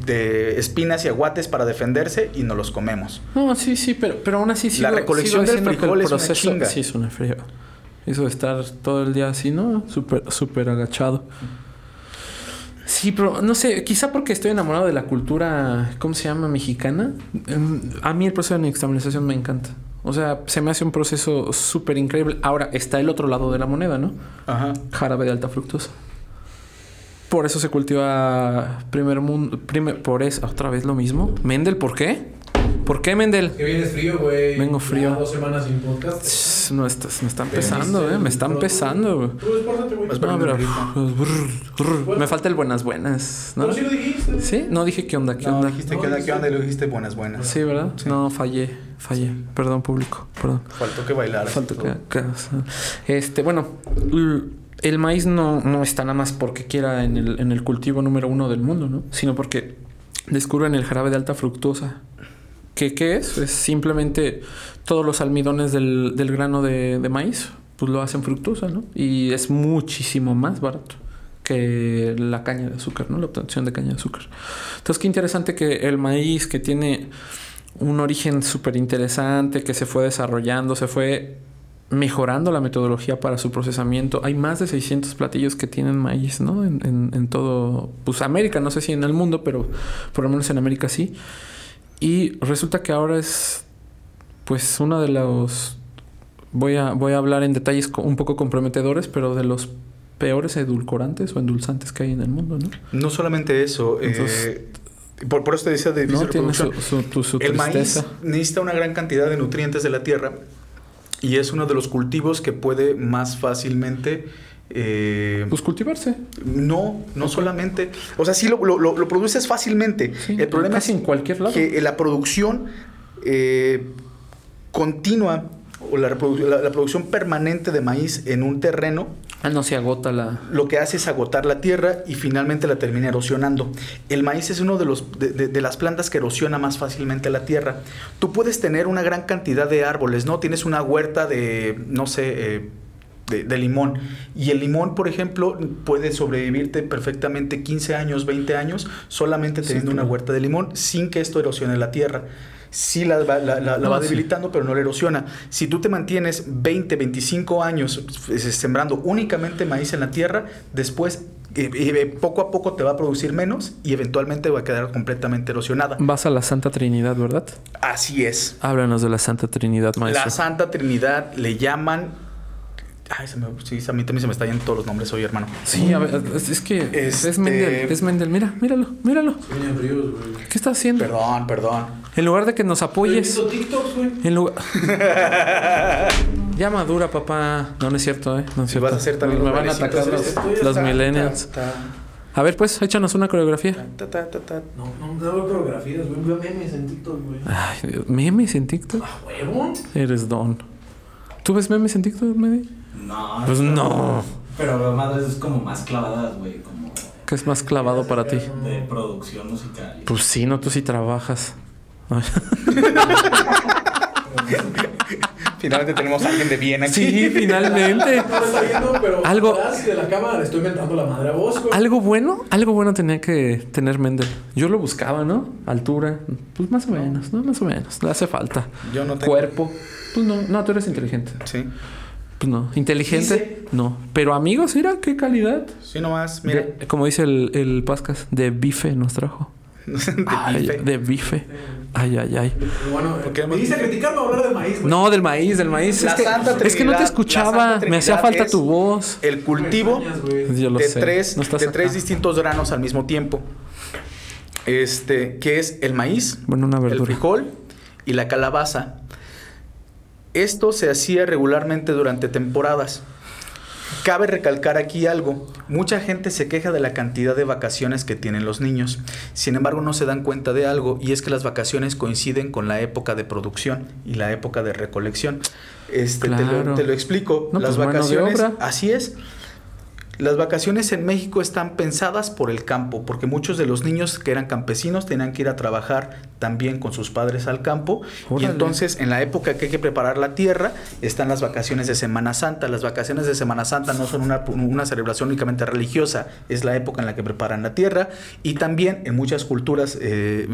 S2: de espinas y aguates para defenderse y no los comemos.
S3: No, sí, sí, pero, pero aún así sigo,
S2: La recolección
S3: sigo
S2: del
S3: diciendo que
S2: frijol
S3: el
S2: es una
S3: proceso
S2: chinga.
S3: sí es una friega. Eso de estar todo el día así, ¿no? Súper, súper agachado. Sí, pero no sé, quizá porque estoy enamorado de la cultura, ¿cómo se llama? Mexicana. Em, A mí el proceso de nixtamalización me encanta. O sea, se me hace un proceso súper increíble. Ahora, está el otro lado de la moneda, ¿no?
S2: Ajá.
S3: jarabe de alta fructosa. Por eso se cultiva primer mundo, primer, por eso, otra vez lo mismo. Mendel, ¿por qué? ¿Por qué Mendel?
S1: Que vienes frío, güey.
S3: Vengo
S1: Ya
S3: frío.
S1: Dos semanas sin podcast.
S3: Tss, No estás, me están pesando, eh, me están pesando. güey.
S1: Tú despórdate, güey. Pues,
S2: Vas pa-
S3: No, pero-
S2: Ahorita.
S3: brr, brr. me falta el buenas buenas, ¿no?
S1: sí lo dijiste.
S3: Sí, no dije qué onda, qué
S2: No,
S3: onda.
S2: dijiste que onda, qué onda y lo dijiste buenas, buenas.
S3: Sí, ¿verdad? No, fallé, fallé. Perdón, público, perdón.
S2: Faltó que bailaras.
S3: Falta que- que- o sea, Este, bueno, l- el maíz no, no está nada más porque quiera en el, en el cultivo número uno del mundo, ¿no? Sino porque descubren el jarabe de alta fructosa. ¿Qué, qué es? Es simplemente todos los almidones del, del grano de, de maíz, pues lo hacen fructosa, ¿no? Y es muchísimo más barato que la caña de azúcar, ¿no? La obtención de caña de azúcar. Entonces, qué interesante que el maíz que tiene un origen súper interesante, que se fue desarrollando, se fue mejorando la metodología para su procesamiento. Hay más de 600 platillos que tienen maíz, ¿no? En, en- en todo, pues América, no sé si en el mundo, pero por lo menos en América sí. Y resulta que ahora es, pues, una de los... Voy a, voy a hablar en detalles co- un poco comprometedores, pero de los peores edulcorantes o endulzantes que hay en el mundo, ¿no?
S2: No solamente eso, eh,
S3: Entonces-
S2: por, por eso te decía de difícil
S3: No tiene
S2: reproducción.
S3: su, su, tu- su
S2: El
S3: tristeza.
S2: maíz necesita una gran cantidad de nutrientes de la tierra y es uno de los cultivos que puede más fácilmente... eh,
S3: Pues cultivarse.
S2: no, no solamente. O sea, sí lo, lo- lo- lo produces fácilmente.
S3: Sí,
S2: El problema
S3: casi
S2: es
S3: en cualquier lado.
S2: que la producción eh, continua o la, reprodu- la- la producción permanente de maíz en un terreno
S3: Ah, no se agota la.
S2: lo que hace es agotar la tierra y finalmente la termina erosionando. El maíz es uno de, los, de, de- de las plantas que erosiona más fácilmente la tierra. Tú puedes tener una gran cantidad de árboles, ¿no? Tienes una huerta de, no sé, eh, de, de limón. Y el limón, por ejemplo, puede sobrevivirte perfectamente 15 años, 20 años, solamente teniendo una huerta de limón sin que esto erosione la tierra. Sí la, va- la- la- la
S3: No,
S2: va
S3: sí.
S2: debilitando, pero no la erosiona. Si tú te mantienes 20, 25 años eh, sembrando únicamente maíz en la tierra, después eh, eh, poco a poco te va a producir menos y eventualmente va a quedar completamente erosionada.
S3: Vas a la Santa Trinidad, ¿verdad?
S2: Así es.
S3: Háblanos de la Santa Trinidad, maestro.
S2: La Santa Trinidad le llaman. Ay, se me- sí, a mí también se me están yendo todos los nombres hoy, hermano.
S3: Sí, a ver, es, es que es
S2: Este-
S3: Mendel, es Mendel. Mira, míralo, míralo.
S1: Peña Ríos, güey.
S3: ¿Qué está haciendo?
S2: Perdón, perdón.
S3: En lugar de que nos apoyes,
S1: Estoy viendo TikToks, güey.
S3: en lugar... ya madura, papá. No, no es cierto, ¿eh? No es
S2: Si
S3: cierto.
S2: vas a hacer también
S3: Me
S2: los
S3: van a
S2: bailecitos,
S3: atacar los,
S1: estoy hasta-
S3: los millennials. A ver, pues, échanos una coreografía.
S2: Ta, ta, ta, ta.
S1: No, no, no veo coreografías, güey. Veo memes en TikTok, güey.
S3: Ay, Dios, memes en TikTok.
S1: ¿A huevo?
S3: Eres don. ¿Tú ves memes en TikTok, Medi?
S4: No.
S3: Pues no.
S4: Pero la madre es como más clavadas, güey, como
S3: ¿Qué es más clavado para ti?
S4: de producción musical.
S3: Pues sí, no, tú sí trabajas. Ay.
S2: Finalmente tenemos a alguien de bien aquí.
S3: Sí, finalmente.
S1: No lo está viendo, pero
S3: Algo-
S1: atrás de la cámara le estoy inventando la madre a vos, güey.
S3: Algo bueno, algo bueno tenía que tener Mendel. Yo lo buscaba, ¿no? Altura, pues más o menos, ¿no? Más o menos, le hace falta.
S2: Yo no tengo.
S3: Cuerpo, pues no, no, tú eres inteligente.
S2: Sí.
S3: Pues no, inteligente, no. Pero amigos, mira qué calidad.
S2: Sí, nomás, mira.
S3: De- como dice el, el Pascas, de bife nos trajo.
S2: De
S3: Ay,
S2: bife.
S3: de bife. Ay, ay, ay.
S1: Pero Bueno, eh,
S2: ¿Por qué
S1: me dice criticar para hablar de maíz, güey.
S3: No, del maíz, del maíz.
S2: La
S3: es, que,
S2: Santa
S3: es que no
S2: Trinidad,
S3: te
S2: la
S3: escuchaba.
S2: Santa
S3: Me hacía
S2: Trinidad
S3: falta
S2: es-
S3: tu voz.
S2: El cultivo
S1: Me extrañas, güey.
S3: Yo lo
S2: de
S3: sé.
S2: tres,
S3: no estás
S2: de tres
S3: acá.
S2: distintos granos al mismo tiempo. Este, que es el maíz,
S3: Bueno, una
S2: el
S3: verdura.
S2: frijol y la calabaza. Esto se hacía regularmente durante temporadas. Cabe recalcar aquí algo. Mucha gente se queja de la cantidad de vacaciones que tienen los niños. Sin embargo, no se dan cuenta de algo y es que las vacaciones coinciden con la época de producción y la época de recolección. Este, te lo- te,
S3: Claro.
S2: lo, explico.
S3: No,
S2: las
S3: pues, mano de
S2: vacaciones,
S3: obra.
S2: así es. Las vacaciones en México están pensadas por el campo, porque muchos de los niños que eran campesinos tenían que ir a trabajar también con sus padres al campo.
S3: Órale.
S2: Y entonces, en la época que hay que preparar la tierra, están las vacaciones de Semana Santa. Las vacaciones de Semana Santa no son una, una celebración únicamente religiosa, es la época en la que preparan la tierra. Y también en muchas culturas eh,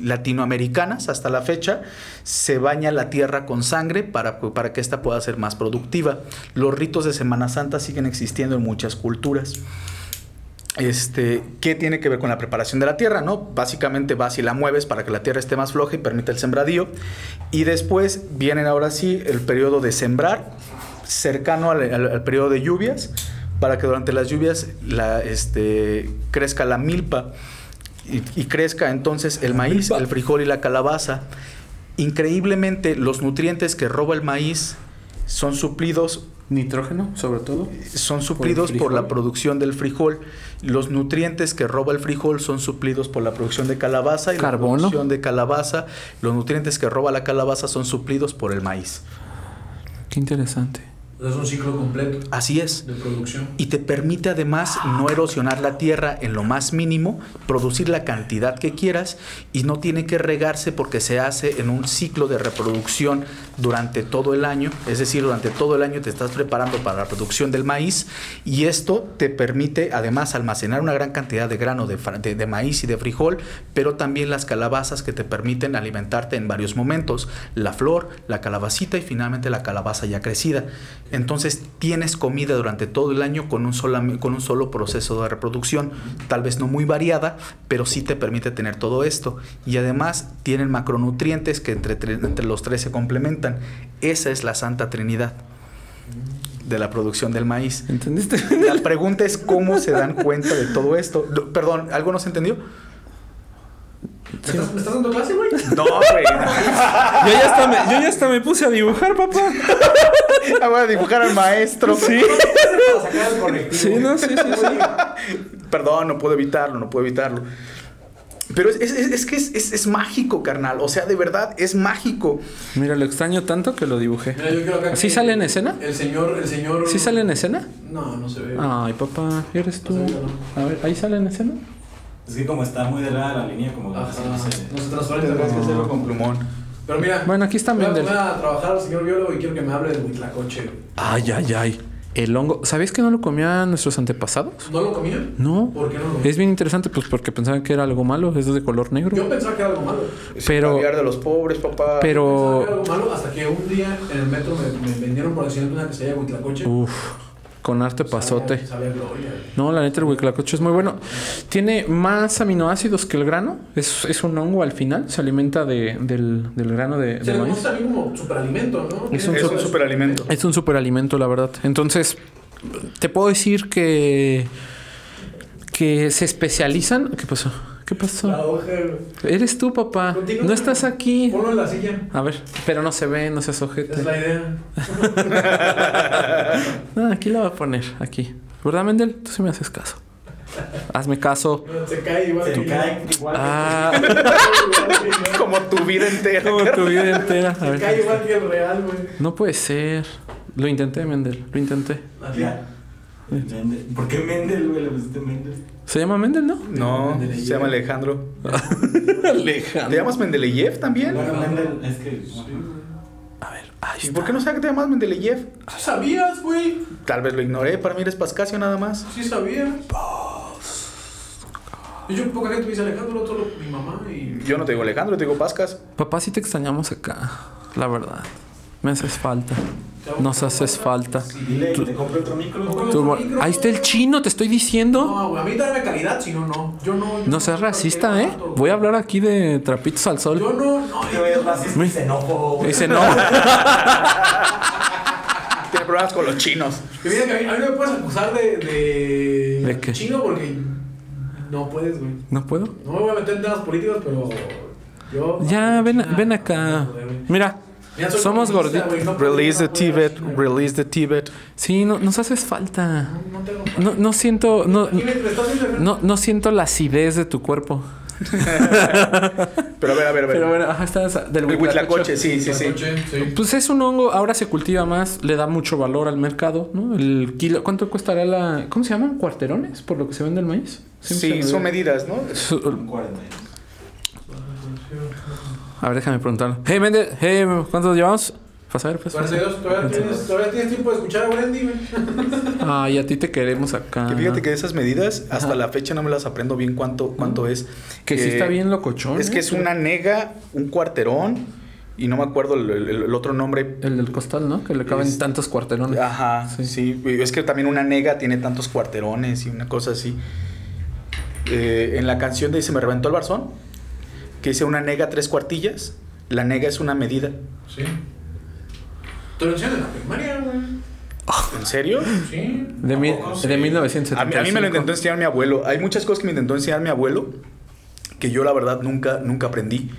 S2: latinoamericanas, hasta la fecha, se baña la tierra con sangre para, para que ésta pueda ser más productiva. Los ritos de Semana Santa siguen existiendo en muchas culturas. Este, ¿qué tiene que ver con la preparación de la tierra? ¿No? Básicamente vas y la mueves para que la tierra esté más floja y permita el sembradío. Y después vienen ahora sí el periodo de sembrar, cercano al, al- al periodo de lluvias, para que durante las lluvias la, este, crezca la milpa y, y crezca entonces el maíz, el frijol y la calabaza. Increíblemente, los nutrientes que roba el maíz son suplidos
S3: Nitrógeno, sobre todo.
S2: son suplidos por,
S3: frijol.
S2: la producción del frijol. Los nutrientes que roba el frijol son suplidos por la producción de calabaza y
S3: Carbono.
S2: la producción de calabaza. Los nutrientes que roba la calabaza son suplidos por el maíz.
S3: Qué interesante.
S1: O sea, es un ciclo completo
S2: Así es.
S1: de producción.
S2: Y te permite además no erosionar la tierra en lo más mínimo, producir la cantidad que quieras y no tiene que regarse porque se hace en un ciclo de reproducción durante todo el año. Es decir, durante todo el año te estás preparando para la producción del maíz y esto te permite además almacenar una gran cantidad de grano de, fra- de- de maíz y de frijol, pero también las calabazas que te permiten alimentarte en varios momentos. La flor, la calabacita y finalmente la calabaza ya crecida. Entonces tienes comida durante todo el año con un, sola- con un solo proceso de reproducción, tal vez no muy variada, pero sí te permite tener todo esto. Y además tienen macronutrientes que entre, tre- entre los tres se complementan. Esa es la Santa Trinidad de la producción del maíz.
S3: ¿Entendiste?
S2: La pregunta es cómo se dan cuenta de todo esto. No, Perdón, ¿algo no se entendió?
S1: ¿Me estás, me estás dando clase, güey?
S2: No, güey.
S3: Yo ya, hasta me, yo ya hasta me puse a dibujar, papá.
S2: Ah, Voy a dibujar al maestro. Sí.
S1: Para sacar el correctivo.
S3: Sí, no, sí, sí, sí.
S2: Perdón, no puedo evitarlo, no puedo evitarlo. Pero es, es- es- es que es, es- es mágico, carnal. O sea, de verdad, es mágico.
S3: Mira, lo extraño tanto que lo dibujé.
S1: Mira, yo quiero acá
S3: ¿Sí
S1: que-
S3: sale en escena?
S1: El señor, el señor.
S3: ¿Sí sale en escena? Ah.
S1: No, no se ve.
S3: Ay, papá, eres tú. A ver, ¿ahí sale en escena?
S4: Es que como está muy delgada la línea, como
S1: Ajá,
S4: así,
S1: no
S4: no sé.
S1: se transparente.
S2: Tendrás que
S1: pero-
S2: hacerlo con plumón.
S1: Pero mira.
S3: Bueno, aquí está
S1: voy a
S3: Mendel.
S1: poner a trabajar al señor biólogo y quiero que me hable de Huitlacoche.
S3: Ay, ay, ay. El hongo, ¿sabías que no lo comían nuestros antepasados?
S1: ¿No lo comían?
S3: No.
S1: ¿Por qué no lo comían?
S3: Es bien interesante, pues porque pensaban que era algo malo, es de color negro.
S1: Yo pensaba que era algo malo.
S2: Es
S3: Pero-
S2: caviar de los pobres,
S1: Pensaba
S2: papá.
S1: que era
S3: Pero,
S1: algo malo hasta que un día en el metro me, me vendieron por accidente una quesadilla de huitlacoche.
S3: uff, con arte Uh,
S1: Pues,
S3: pasote.
S1: Sabía, sabía gloria.
S3: No, la neta, el huitlacoche es muy bueno. Tiene más aminoácidos que el grano. Es, es un hongo al final. Se alimenta de- del, del grano de,
S1: Se
S3: de
S1: le
S3: maíz.
S1: gusta también como superalimento, ¿no?
S3: Es un
S1: Tiene
S2: es
S1: eso
S2: un
S1: de-
S2: superalimento.
S3: Es un superalimento, la verdad. Entonces, te puedo decir que. que se especializan. ¿Qué pasó? ¿Qué
S1: La
S3: pasó?
S1: hoja. güey.
S3: Eres tú, papá.
S1: Continúa.
S3: No estás aquí.
S1: Ponlo en la silla.
S3: A ver, pero no se ve, no seas
S1: Esa es
S3: ojete.
S1: la idea.
S3: No, aquí la voy a poner, aquí. ¿Verdad, Mendel? Tú sí me haces caso. Hazme caso.
S1: Se cae igual.
S4: Se
S1: que-
S4: cae igual.
S3: Ah,
S2: Como tu vida entera.
S3: como tu vida entera. A
S1: Se cae
S3: ver.
S1: igual que el real, güey.
S3: No puede ser. Lo intenté, Mendel. Lo intenté.
S1: Ah.
S4: Ya. Mendel. ¿Por qué Mendel, güey? Le pusiste Mendel.
S3: ¿Se llama Mendel, no?
S2: No, se llama Alejandro. ¿Te
S3: Alejandro.
S2: llamas Mendeleyev también?
S4: Bueno, Mendel, es que.
S3: A ver, ahí
S2: ¿Y
S3: está.
S2: por qué no sabes que te llamas Mendeleyev?
S1: ¿Tú sabías, güey?
S2: Tal vez lo ignoré, para mí eres Pascasio nada más.
S1: Sí sabía. Y yo poca gente me dice Alejandro, solo mi mamá y...
S2: Yo no te digo Alejandro, te digo Pascas.
S3: Papá, sí te extrañamos acá. La verdad. Me haces falta. Nos haces falta.
S4: Sí, dile, te compré otro micro, güey.
S3: Tu amor- Ahí está el chino, te estoy diciendo.
S1: No, güey, a mí dame calidad, si no, no. Yo no... yo
S3: No seas racista, ¿eh? Voy a hablar aquí de trapitos al sol.
S1: Yo no, no,
S4: Este güey es racista y xenófobo, güey.
S3: Dice, no.
S2: Tiene problemas con los chinos.
S1: Que mira que a mí, a mí no me puedes acusar de. de.
S3: ¿De qué?
S1: chino porque. no puedes, güey.
S3: ¿No puedo?
S1: No me voy a meter en temas políticos, pero. yo. Ah,
S3: Ya, ven, ven acá. Mira,
S1: Ya soy
S3: somos
S1: comunista, güey,
S3: gorditos.
S1: no puedo-
S2: Release the
S1: no puedo-
S2: Tibet, release the Tibet.
S3: Sí, no, nos haces falta.
S1: No, no tengo.
S3: No, no siento, no,
S1: Aquí me- me estás haciendo-
S3: no, no siento la acidez de tu cuerpo.
S2: Pero a ver, a ver, a ver.
S3: Pero bueno, ajá, estás del
S2: el huitlacoche, sí, sí, sí.
S1: Coche, sí.
S3: Pues es un hongo, ahora se cultiva más, le da mucho valor al mercado, ¿no? El kilo, ¿cuánto costará la, cómo se llaman? ¿Cuarterones? Por lo que se vende el maíz. Siempre se
S2: Sí,
S3: me
S2: son
S3: olvida.
S2: medidas, ¿no?
S3: Su-
S4: 40.
S3: A ver, déjame preguntarlo. Hey, Mende, hey, ¿cuántos llevamos? Vas a ver, pues.
S1: 42, todavía tienes, todavía tienes tiempo de escuchar a Wendy, güey.
S3: Ay, Ah, a ti te queremos acá.
S2: Que fíjate que esas medidas hasta
S3: Ajá.
S2: la fecha no me las aprendo bien cuánto, cuánto es.
S3: Que sí
S2: Eh,
S3: está bien locochón.
S2: Es
S3: ¿eh?
S2: que es una nega, un cuarterón y no me acuerdo el, el- el otro nombre.
S3: El del costal, ¿no? Que le caben
S2: Es- Ah,
S3: tantos cuarterones.
S2: Ajá,
S3: Sí.
S2: sí. Es que también una nega tiene tantos cuarterones y una cosa así. Eh, en la canción de Se me reventó el barzón, que dice una nega tres cuartillas, la nega es una medida.
S1: Sí. Te lo enseñan en la primaria, güey.
S2: ¿En serio?
S1: Sí.
S3: De, mil-
S1: ¿A poco?
S3: de
S1: Sí.
S3: 1975.
S2: A mí, a mí me lo intentó enseñar mi abuelo. Hay muchas cosas que me intentó enseñar mi abuelo que yo la verdad nunca, nunca aprendí.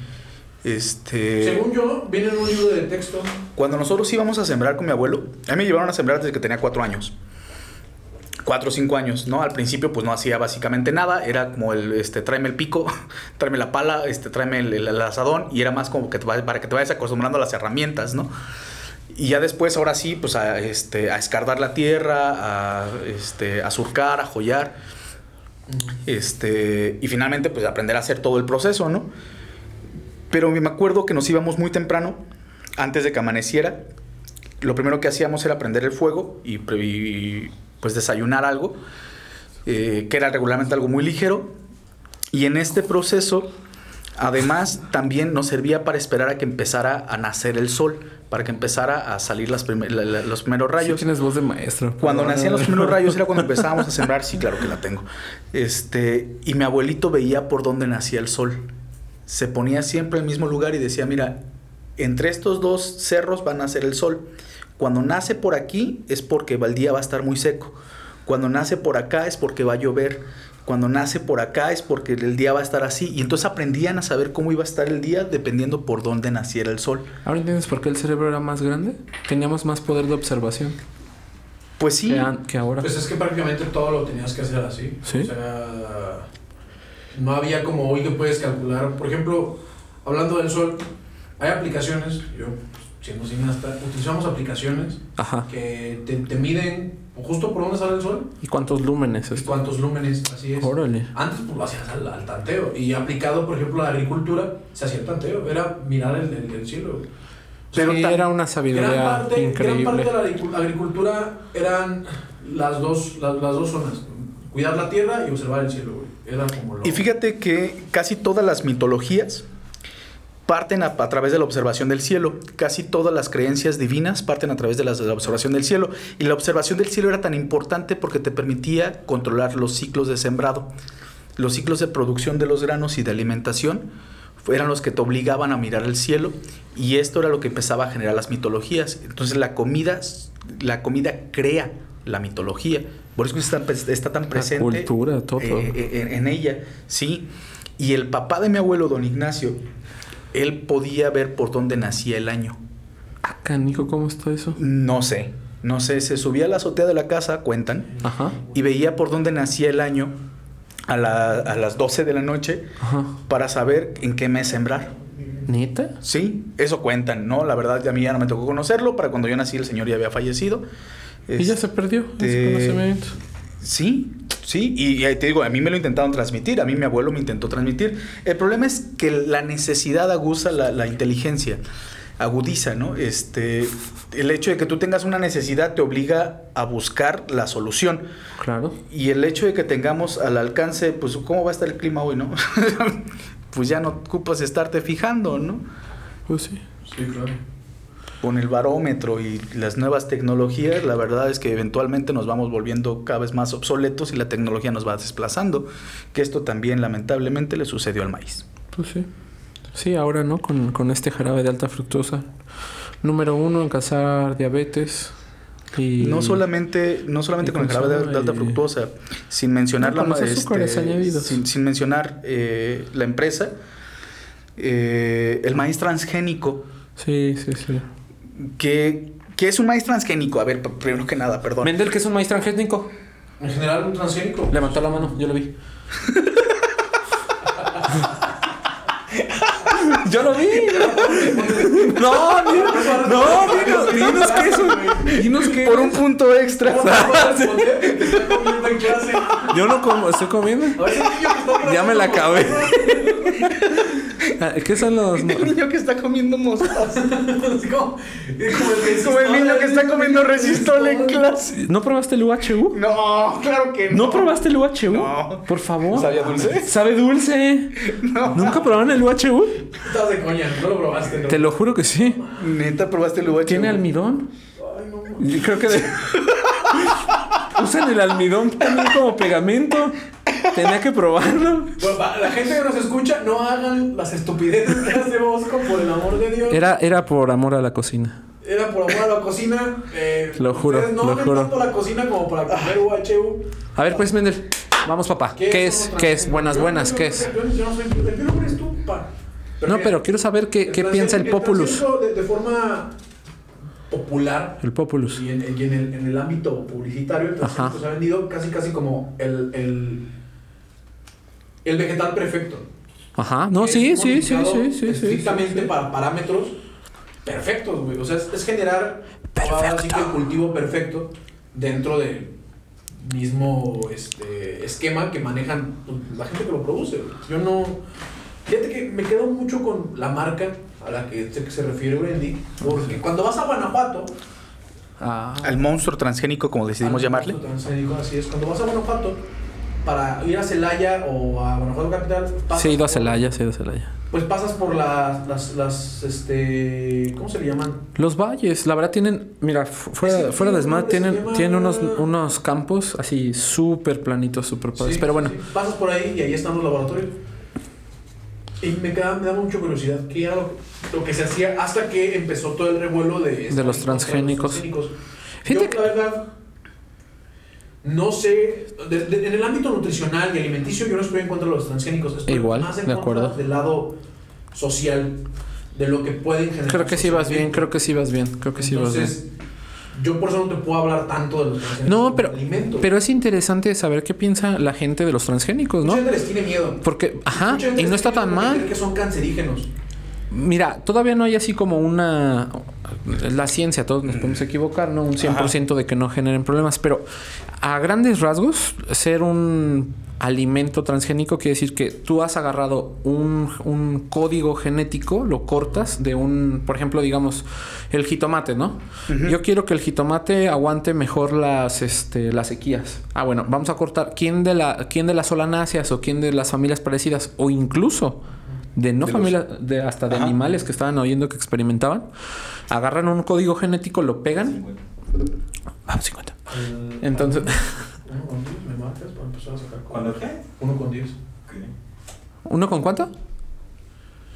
S2: Este...
S1: Según yo, viene en un libro de texto.
S2: Cuando nosotros íbamos a sembrar con mi abuelo, a mí me llevaron a sembrar desde que tenía cuatro años. Cuatro o cinco años, ¿no? Al principio, pues no hacía básicamente nada. Era como el, este, tráeme el pico, tráeme la pala, este, tráeme el, el- el asadón. Y era más como que te va- para que te vayas acostumbrando a las herramientas, ¿no? Y ya después, ahora sí, pues a, este, a escardar la tierra, a, este, a surcar, a joyar. Este, y finalmente, pues aprender a hacer todo el proceso, ¿no? Pero me acuerdo que nos íbamos muy temprano, antes de que amaneciera. Lo primero que hacíamos era prender el fuego y, pre- y, pues desayunar algo, eh, que era regularmente algo muy ligero. Y en este proceso, además, también nos servía para esperar a que empezara a nacer el sol, para que empezara a salir las primer- la- la- los primeros
S3: Sí
S2: rayos.
S3: tienes voz de maestro.
S2: Cuando
S3: Perdóname.
S2: nacían los primeros rayos era cuando empezábamos a sembrar, sí, claro que la tengo. Este, y mi abuelito veía por dónde nacía el sol. Se ponía siempre en el mismo lugar y decía, mira, entre estos dos cerros va a nacer el sol. Cuando nace por aquí es porque el día va a estar muy seco. Cuando nace por acá es porque va a llover. Cuando nace por acá es porque el día va a estar así. Y entonces aprendían a saber cómo iba a estar el día dependiendo por dónde naciera el sol.
S3: ¿Ahora entiendes por qué el cerebro era más grande? Teníamos más poder de observación
S2: Pues sí,
S3: que, an- que ahora.
S1: Pues es que prácticamente todo lo tenías que hacer así.
S3: Sí.
S1: O sea, no había como hoy que puedes calcular. Por ejemplo, hablando del sol, hay aplicaciones, yo pues, siendo cineasta, utilizamos aplicaciones
S3: Ajá.
S1: que te, te miden justo por dónde sale el sol
S3: ¿Y cuántos lúmenes
S1: y
S3: esto?
S1: cuántos lúmenes, así es.
S3: Órale.
S1: Antes pues lo hacías al, al tanteo y aplicado, por ejemplo, a la agricultura, se hacía el tanteo, era mirar el, el- el cielo.
S3: Pero
S2: Sí,
S3: era una
S1: Gran
S3: sabiduría
S1: parte, gran parte de
S3: increíble.
S1: la agricu- agricultura eran las dos, las, las dos zonas. Cuidar la tierra y observar el cielo, güey. Era como lo...
S2: Y fíjate que casi todas las mitologías parten a, a través de la observación del cielo. Casi todas las creencias divinas parten a través de las- de la observación del cielo. Y la observación del cielo era tan importante porque te permitía controlar los ciclos de sembrado. Los ciclos de producción de los granos y de alimentación eran los que te obligaban a mirar el cielo y esto era lo que empezaba a generar las mitologías. Entonces la comida, la comida crea la mitología. Por eso está, pues, está tan presente
S3: cultura, todo.
S2: eh, en, en ella, sí. Y el papá de mi abuelo, don Ignacio, él podía ver por dónde nacía el año.
S3: Ah, canijo, ¿cómo está eso?
S2: No sé, no sé, se subía a la azotea de la casa, cuentan,
S3: Ajá,
S2: y veía por dónde nacía el año a, la- a las 12 de la noche
S3: ajá.
S2: para saber en qué mes sembrar.
S3: ¿Neta?
S2: Sí, eso cuentan, ¿no? La verdad, ya a mí ya no me tocó conocerlo, para cuando yo nací el señor ya había fallecido.
S3: Y ya
S2: Este,
S3: se perdió
S2: Este-
S3: ese conocimiento.
S2: Sí, sí, y, y ahí te digo, a mí me lo intentaron transmitir, a mí mi abuelo me intentó transmitir. El problema es que la necesidad aguza la, la inteligencia, agudiza, ¿no? Este, el hecho de que tú tengas una necesidad te obliga a buscar la solución.
S3: Claro.
S2: Y el hecho de que tengamos al alcance, pues, ¿cómo va a estar el clima hoy, no? pues ya no ocupas estarte fijando, ¿no?
S3: Pues sí.
S1: Sí, claro.
S2: Con el barómetro y las nuevas tecnologías, la verdad es que eventualmente nos vamos volviendo cada vez más obsoletos y la tecnología nos va desplazando, que esto también lamentablemente le sucedió al maíz.
S3: Pues sí. Sí, ahora, ¿no? Con, con este jarabe de alta fructosa. Número uno en cazar diabetes. Y
S2: no solamente, no solamente
S3: y
S2: con el jarabe de, de alta
S3: consumo y-
S2: fructuosa, sin mencionar
S3: No, con
S2: la
S3: los azúcares añadidos.
S2: sin, sin mencionar eh, la empresa, eh, el maíz transgénico,
S3: Sí, sí, sí.
S2: que, que es un maíz transgénico, a ver, p- primero que nada, perdón.
S3: Mendel, que es un maíz transgénico.
S1: En general, un transgénico.
S3: Levantó la mano, yo lo vi. yo lo vi. No, dinos, no, dinos, dinos que eso. Dinos que
S2: Por un punto extra.
S3: Yo no como, estoy comiendo. Ya me la acabé. Ah, ¿Qué son los
S2: El niño que está comiendo mostaza.
S1: Es como, es como el,
S2: Es como el niño que está comiendo resistol en clase.
S3: ¿No probaste el UHU?
S2: No, claro que no.
S3: ¿No probaste el UHU?
S2: No.
S3: Por favor.
S2: ¿Sabía dulce?
S3: Sabe dulce. ¿Nunca probaron el UHU?
S1: Estás de coña, no lo probaste. ¿no?
S3: Te lo juro que sí.
S2: Neta, probaste el UHU.
S3: ¿Tiene almidón?
S1: Ay, no, no.
S3: Yo creo que de- usan el almidón también como pegamento. Tenía que probarlo.
S1: Bueno, para la gente que nos escucha, no hagan las estupideces que hace Bosco, por el amor de Dios.
S3: Era, era por amor a la cocina.
S1: Era por amor a la cocina. Eh,
S3: Lo juro,
S1: ustedes no
S3: lo
S1: ven
S3: juro.
S1: tanto la cocina como para comer UHU.
S3: A ver, pues, Mendel. Vamos, papá. ¿Qué es?
S1: uno
S3: ¿Qué es?
S1: transgénico?
S3: Buenas,
S1: Yo-
S3: buenas.
S1: yo-
S3: ¿Qué es?
S1: Yo, yo no soy. El pelo eres tú, pa.
S3: No,
S1: mira,
S3: pero quiero saber qué, qué
S1: transgénico-
S3: piensa el populus.
S1: transgénico De, de forma popular
S3: El populus.
S1: y en, y en el, en el ámbito publicitario, el
S3: Ajá.
S1: transgénico se ha vendido casi, casi como el, el, el vegetal perfecto.
S3: Ajá. No,
S1: Es
S3: sí, sí, sí,
S1: modificado
S3: sí, sí, sí.
S1: Estrictamente para parámetros perfectos, güey. O sea, es, es generar ahora sí que el cultivo perfecto dentro del mismo este, esquema que manejan pues, la gente que lo produce. güey. Yo no. Fíjate que me quedo mucho con la marca a la que sé que se refiere Wendy, porque cuando vas a Guanajuato,
S3: Ah.
S2: Al monstruo transgénico, como decidimos
S1: al-
S2: llamarle.
S1: transgénico, así es, cuando vas a Guanajuato para ir a Celaya o a Guanajuato capital, pasas
S3: Sí, he ido a
S1: por-
S3: Celaya, sí, he ido a Celaya.
S1: pues pasas por las, las, las, este, ¿cómo se le llaman?
S3: Los valles, la verdad, tienen. Mira, fu- fuera,
S1: Sí,
S3: fuera de
S1: sí,
S3: Smart,
S1: se
S3: tienen,
S1: llama-
S3: tienen unos, unos campos así súper planitos, súper padres.
S1: Sí,
S3: Pues, Pero bueno,
S1: sí, pasas por ahí y ahí están los laboratorios. Y me, queda, me da mucha curiosidad qué era lo, lo que se hacía hasta que empezó todo el revuelo de...
S3: De los transgénicos. Fíjate
S1: Yo,
S3: que-
S1: la verdad, no sé, de- de- en el ámbito nutricional y alimenticio yo no estoy en contra de los transgénicos. Estoy
S3: Igual,
S1: más en
S3: de
S1: contra
S3: acuerdo.
S1: del lado social, de lo que pueden generar.
S3: Creo que sí vas bien,
S1: socialmente.
S3: creo que sí vas bien, creo que sí vas bien.
S1: Entonces, yo por eso no te puedo hablar tanto de los transgénicos.
S3: No,
S1: como
S3: pero,
S1: alimento.
S3: pero es interesante saber qué piensa la gente de los transgénicos,
S1: Mucha
S3: ¿no?
S1: gente les tiene miedo.
S3: Porque, ajá,
S1: Mucha gente
S3: y
S1: les
S3: no está
S1: tiene
S3: tan
S1: miedo porque creen
S3: mal.
S1: que son cancerígenos.
S3: Mira, todavía no hay así como una... es la ciencia, todos nos podemos equivocar, ¿no? Un 100% de que no generen problemas, pero a grandes rasgos, ser un alimento transgénico quiere decir que tú has agarrado un, un código genético, lo cortas de un, por ejemplo, digamos, el jitomate, ¿no? Yo quiero que el jitomate aguante mejor las, este, las sequías. Ah, bueno, vamos a cortar quién de, la, quién de las solanáceas o quién de las familias parecidas o incluso de no
S2: De los-
S3: familias, de hasta de
S2: Ajá.
S3: animales que estaban oyendo que experimentaban, agarran un código genético, lo pegan. Vamos, 50.
S1: Eh,
S3: Entonces-
S1: Uno con 10, me matas para empezar a sacar con-
S4: ¿Cuándo qué?
S1: Uno con 10.
S4: ¿Qué?
S3: ¿Uno con cuánto?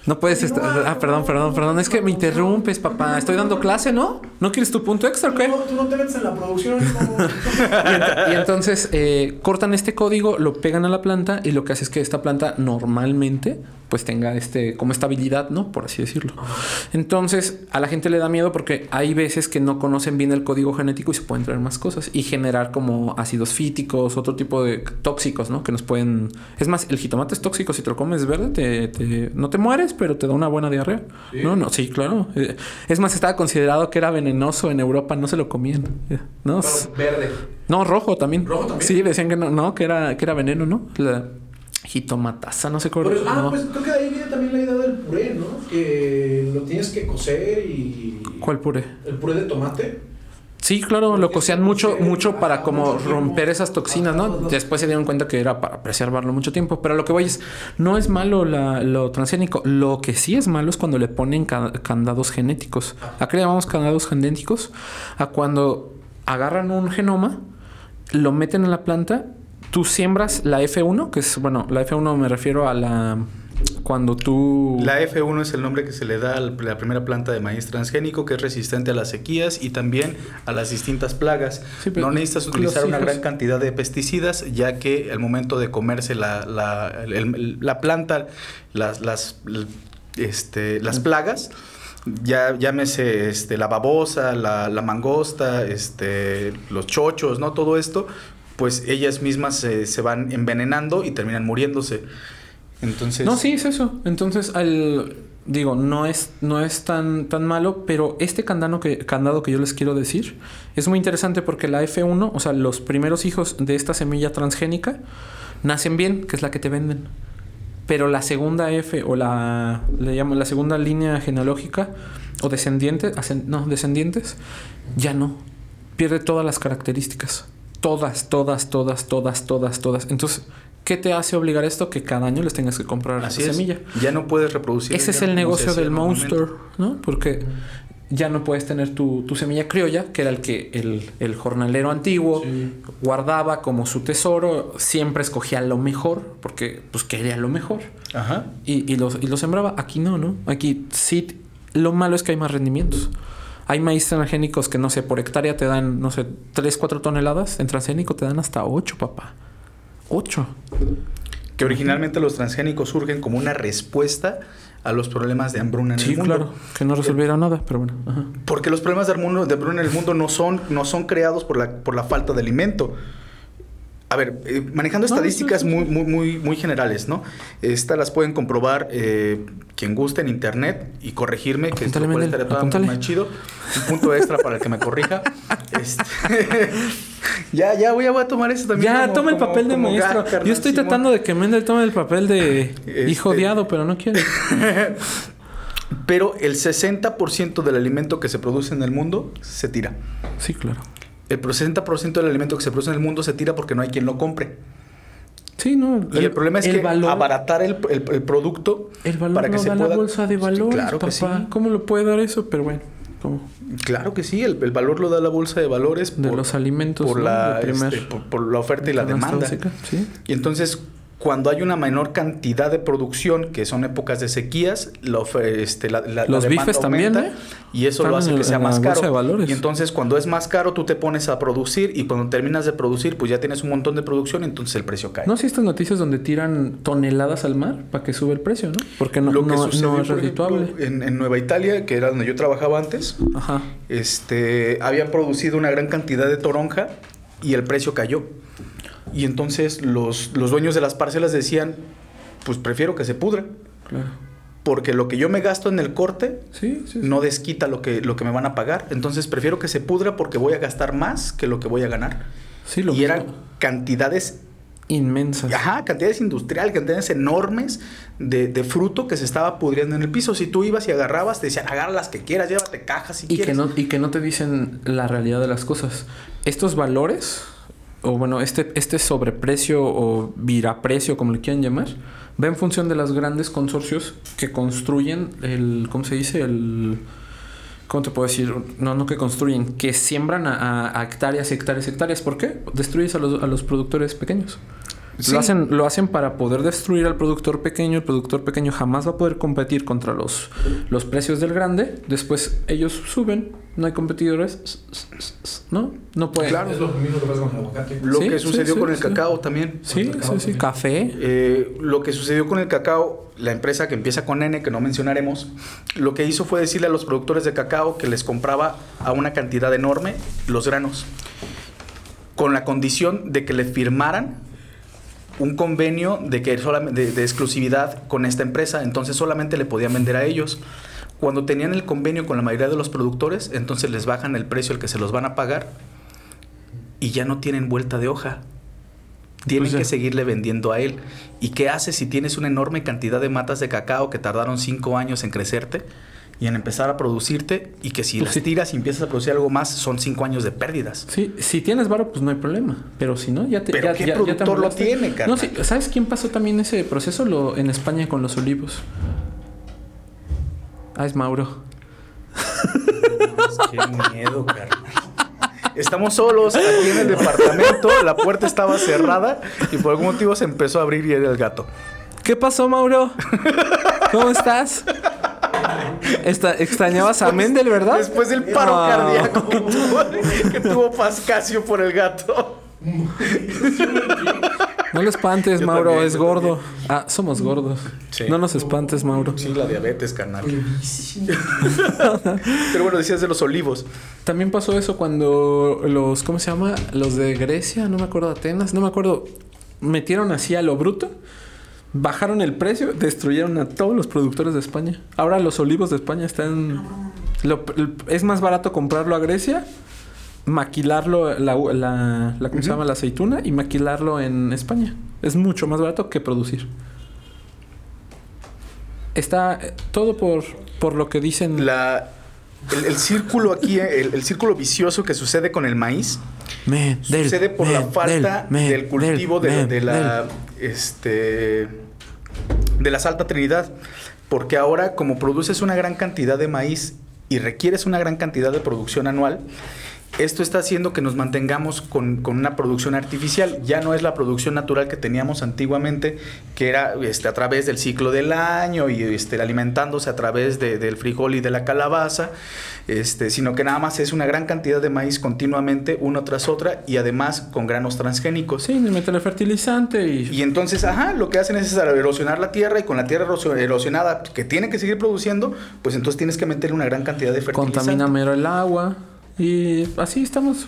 S3: No puedes estar. Ah, perdón, perdón, perdón. Es que me interrumpes, papá. Estoy dando clase, ¿no? ¿No quieres tu punto extra o qué?
S1: Tú no- Tú no te metes en la producción. no.
S3: Y, ent- y entonces eh, cortan este código, lo pegan a la planta y lo que hace es que esta planta normalmente pues tenga este como estabilidad, ¿no? Por así decirlo. Entonces a la gente le da miedo porque hay veces que no conocen bien el código genético y se pueden traer más cosas y generar como ácidos fíticos, otro tipo de tóxicos, ¿no? Que nos pueden... Es más, el jitomate es tóxico, si te lo comes verde, te, te- no te mueres, pero te da una buena diarrea.
S1: ¿Sí?
S3: No, no, sí, claro. Eh, Es más, estaba considerado que era venenoso en Europa, no se lo comían. Eh, No,
S1: Pero verde.
S3: no, rojo también.
S1: ¿Rojo también?
S3: Sí, decían que no, no, que era, que era veneno, ¿no? La jitomataza, no sé cómo.
S1: Por eso- ah,
S3: no.
S1: pues creo que de ahí viene también la idea del puré, ¿no? Que lo tienes que cocer y.
S3: ¿Cuál puré?
S1: El puré de tomate.
S3: Sí, claro, lo cocían mucho, mucho para
S1: Ajá,
S3: como
S1: mucho tiempo.
S3: romper esas toxinas,
S1: Ajá,
S3: ¿no?
S1: ajá.
S3: Después se dieron cuenta que era para preservarlo mucho tiempo. Pero lo que voy es, no es malo la- lo transgénico. Lo que sí es malo es cuando le ponen ca- candados genéticos. ¿A qué le llamamos candados genéticos? A cuando agarran un genoma, lo meten en la planta, tú siembras la F1, que es, bueno, la F1 me refiero a la... Cuando tú...
S2: La F1 es el nombre que se le da a la primera planta de maíz transgénico que es resistente a las sequías y también a las distintas plagas.
S3: Sí, pero
S2: no necesitas utilizar
S3: los
S2: una
S3: hijos-
S2: gran cantidad de pesticidas ya que al momento de comerse la, la, el- el- la planta, las, las, l- este, las plagas, ya llámese este, la babosa, la, la mangosta, este, los chochos, ¿no? Todo esto, pues ellas mismas se, se van envenenando y terminan muriéndose. Entonces...
S3: No, sí, es eso. Entonces, al digo, no es, no es tan, tan malo, pero este candado que, candado que yo les quiero decir es muy interesante porque la F1, o sea, los primeros hijos de esta semilla transgénica nacen bien, que es la que te venden. Pero la segunda F o la le llamo la segunda línea genealógica o descendientes, ascen- no, descendientes, ya no. Pierde todas las características. Todas, todas, todas, todas, todas, todas. Entonces, ¿qué te hace obligar esto? Que cada año les tengas que comprar
S2: Así
S3: esa
S2: es.
S3: semilla.
S2: Ya no puedes reproducir.
S3: Ese es
S2: ya
S3: el
S2: no
S3: negocio
S2: se hacía
S3: del
S2: normalmente.
S3: Monster, ¿no? Porque ya no puedes tener tu, tu semilla criolla, que era el que el, el jornalero antiguo
S1: Sí.
S3: guardaba como su tesoro, siempre escogía lo mejor, porque pues quería lo mejor.
S2: Ajá.
S3: Y, y los, y los sembraba. Aquí no, ¿no? Aquí sí, lo malo es que hay más rendimientos. Hay maíz transgénicos que, no sé, por hectárea te dan, no sé, 3, 4 toneladas. En transgénico te dan hasta 8, papá. 8.
S2: Que originalmente los transgénicos surgen como una respuesta a los problemas de hambruna en
S3: Sí,
S2: el mundo.
S3: claro. Que no resolvieron nada, pero bueno. ajá.
S2: Porque los problemas de hambruna, de hambruna en el mundo no son, no son creados por la, por la falta de alimento. A ver, eh, manejando
S3: No,
S2: estadísticas
S3: sí, sí,
S2: muy, muy, muy, muy generales, ¿no? Estas las pueden comprobar eh, quien guste en internet y corregirme, que esto
S3: Apúntale,
S2: puede
S3: Mendel,
S2: estar todavía
S3: apúntale.
S2: más chido. Un punto extra para el que me corrija. Este, ya, ya voy, a- voy a tomar eso también.
S3: Ya,
S2: como-
S3: toma el
S2: como-
S3: papel de
S2: como
S3: maestro.
S2: gag, carnal,
S3: Yo estoy
S2: Simón.
S3: tratando de que Mendel tome el papel de
S2: Este-
S3: hijo odiado, pero no quiere.
S2: Pero el 60% del alimento que se produce en el mundo se tira.
S3: Sí, claro.
S2: El 60% del alimento que se produce en el mundo se tira porque no hay quien lo compre.
S3: Sí, no.
S2: Y el, problema es que
S3: valor-
S2: abaratar el, el- el producto
S3: El valor
S2: para que
S3: no
S2: se
S3: da
S2: pueda.
S3: la bolsa de
S2: Sí,
S3: valores,
S2: claro
S3: papá.
S2: que sí.
S3: ¿Cómo lo puede dar eso? Pero bueno, ¿cómo?
S2: Claro que sí, el, el valor lo da la bolsa de valores
S3: De los alimentos,
S2: por
S3: ¿no?
S2: la,
S3: De primer-
S2: este, por, por la oferta y la
S3: Canasta
S2: demanda.
S3: básica, Sí.
S2: Y entonces, cuando hay una menor cantidad de producción, que son épocas de sequías, la ofe- este, la- la- la
S3: Los
S2: demanda
S3: bifes también,
S2: aumenta,
S3: ¿eh?
S2: Y eso
S3: Están
S2: lo hace
S3: en
S2: que
S3: la-
S2: sea
S3: en la
S2: más
S3: bolsa
S2: caro.
S3: de valores.
S2: Y entonces, cuando es más caro, tú te pones a producir y cuando terminas de producir, pues ya tienes un montón de producción, entonces el precio cae.
S3: No sé estas noticias donde tiran toneladas al mar para que sube el precio, ¿no? Porque no,
S2: Lo que
S3: no-
S2: sucedió,
S3: no es
S2: por ejemplo, eh,
S3: redituable.
S2: en, en Nueva Italia, que era donde yo trabajaba antes,
S3: Ajá.
S2: este, habían producido una gran cantidad de toronja y el precio cayó. Y entonces los, los dueños de las parcelas decían, pues prefiero que se pudra.
S3: Claro.
S2: porque lo que yo me gasto en el corte
S3: Sí, sí. sí.
S2: no desquita lo que, lo que me van a pagar. Entonces prefiero que se pudra porque voy a gastar más que lo que voy a ganar.
S3: Sí, lo
S2: y
S3: mismo.
S2: eran cantidades,
S3: inmensas.
S2: ajá, cantidades industriales, cantidades enormes de, de fruto que se estaba pudriendo en el piso. Si tú ibas y agarrabas, te decían, agarra las que quieras, llévate cajas si
S3: y
S2: quieres.
S3: que no y que no te dicen la realidad de las cosas estos valores o bueno este este sobreprecio o viraprecio como le quieran llamar va en función de los grandes consorcios que construyen el cómo se dice el ¿Cómo te puedo decir? No, no que construyen, que siembran a, a- a hectáreas, hectáreas, hectáreas. ¿Por qué? Destruyes a los, a los productores pequeños.
S2: Sí.
S3: Lo, hacen, lo hacen para poder destruir al productor pequeño. El productor pequeño jamás va a poder competir contra los, los precios del grande. Después ellos suben, no hay competidores. s- s- s- s- ¿No? No pueden.
S2: Claro.
S1: Es lo mismo que pasa con el aguacate.
S2: Lo
S3: Sí,
S2: que
S3: sí,
S2: sucedió
S3: sí,
S2: con el
S3: sí.
S2: cacao también.
S3: Sí, sí, sí. Café.
S2: Eh, lo que sucedió con el cacao, la empresa que empieza con N, que no mencionaremos, lo que hizo fue decirle a los productores de cacao que les compraba a una cantidad enorme los granos, con la condición de que le firmaran un convenio de, que solam- de, de exclusividad con esta empresa, entonces solamente le podían vender a ellos. Cuando tenían el convenio con la mayoría de los productores, entonces les bajan el precio al que se los van a pagar y ya no tienen vuelta de hoja. Tienen
S3: Pues ya.
S2: que seguirle vendiendo a él. ¿Y qué haces si tienes una enorme cantidad de matas de cacao que tardaron cinco años en crecerte y en empezar a producirte? Y que si
S3: Pues
S2: las
S3: sí.
S2: tiras y empiezas a producir algo más, son cinco años de pérdidas.
S3: Sí, si tienes varo, pues no hay problema. Pero si no, ya te.
S2: Pero
S3: ya,
S2: ¿qué
S3: ya- ya te
S2: productor lo
S3: amolaste.
S2: tiene, carnal?
S3: No, sí, ¿sabes quién pasó también ese proceso Lo- en España con los olivos? Ah, es Mauro.
S2: Qué miedo, carnal. Estamos solos aquí en el departamento, la puerta estaba cerrada y por algún motivo se empezó a abrir y era el gato.
S3: ¿Qué pasó, Mauro? ¿Cómo estás? Esta- extrañabas a Mendel, ¿verdad?
S2: Después del paro
S3: Ah.
S2: cardíaco que tuvo, que tuvo Pascasio por el gato.
S3: No lo espantes,
S2: Yo
S3: Mauro,
S2: también,
S3: es
S2: yo
S3: gordo. Ah, somos gordos.
S2: Sí.
S3: No nos espantes, Mauro.
S2: Sí, la diabetes, carnal. Pero bueno, decías de los olivos.
S3: También pasó eso cuando los, ¿cómo se llama? Los de Grecia, no me acuerdo, Atenas, no me acuerdo. Metieron así a lo bruto, bajaron el precio, destruyeron a todos los productores de España. Ahora los olivos de España están... lo- es más barato comprarlo a Grecia, maquilarlo, la, la, la- ¿cómo se llama? La aceituna y maquilarlo en España. Es mucho más barato que producir. Está eh, todo por, por lo que dicen...
S2: La, el, el círculo aquí, eh, el, el círculo vicioso que sucede con el maíz,
S3: Men, del,
S2: sucede por la
S3: men,
S2: falta
S3: del, men,
S2: del cultivo de,
S3: del,
S2: de
S3: men,
S2: la
S3: del.
S2: este de la Salta Trinidad, porque ahora como produces una gran cantidad de maíz y requieres una gran cantidad de producción anual, esto está haciendo que nos mantengamos con, con una producción artificial. Ya no es la producción natural que teníamos antiguamente, que era este, a través del ciclo del año y este, alimentándose a través de- del frijol y de la calabaza, este, sino que nada más es una gran cantidad de maíz continuamente, una tras otra, y además con granos transgénicos.
S3: Sí, le meten el fertilizante y...
S2: Y entonces, ajá, lo que hacen es erosionar la tierra y con la tierra erosio- erosionada que tiene que seguir produciendo, pues entonces tienes que meterle una gran cantidad de fertilizante.
S3: contamina mero el agua. Y así estamos.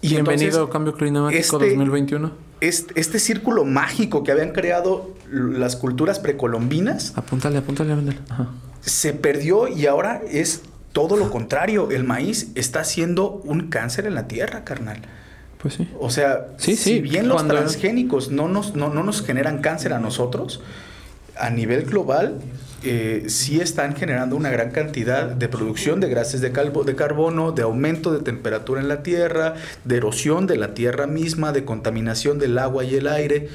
S2: Y
S3: Bienvenido
S2: entonces,
S3: a Cambio Climático
S2: este-
S3: 2021.
S2: Este, este círculo mágico que habían creado l- las culturas precolombinas
S3: Apúntale, apúntale, apúntale. Ajá.
S2: se perdió y ahora es todo lo contrario. El maíz está siendo un cáncer en la tierra, carnal.
S3: Pues sí.
S2: O sea,
S3: Sí,
S2: si
S3: sí,
S2: bien los
S3: cuando-
S2: transgénicos no nos, no, no nos generan cáncer a nosotros, a nivel global eh, sí están generando una gran cantidad de producción de gases de, calvo- de carbono, de aumento de temperatura en la tierra, de erosión de la tierra misma, de contaminación del agua y el aire.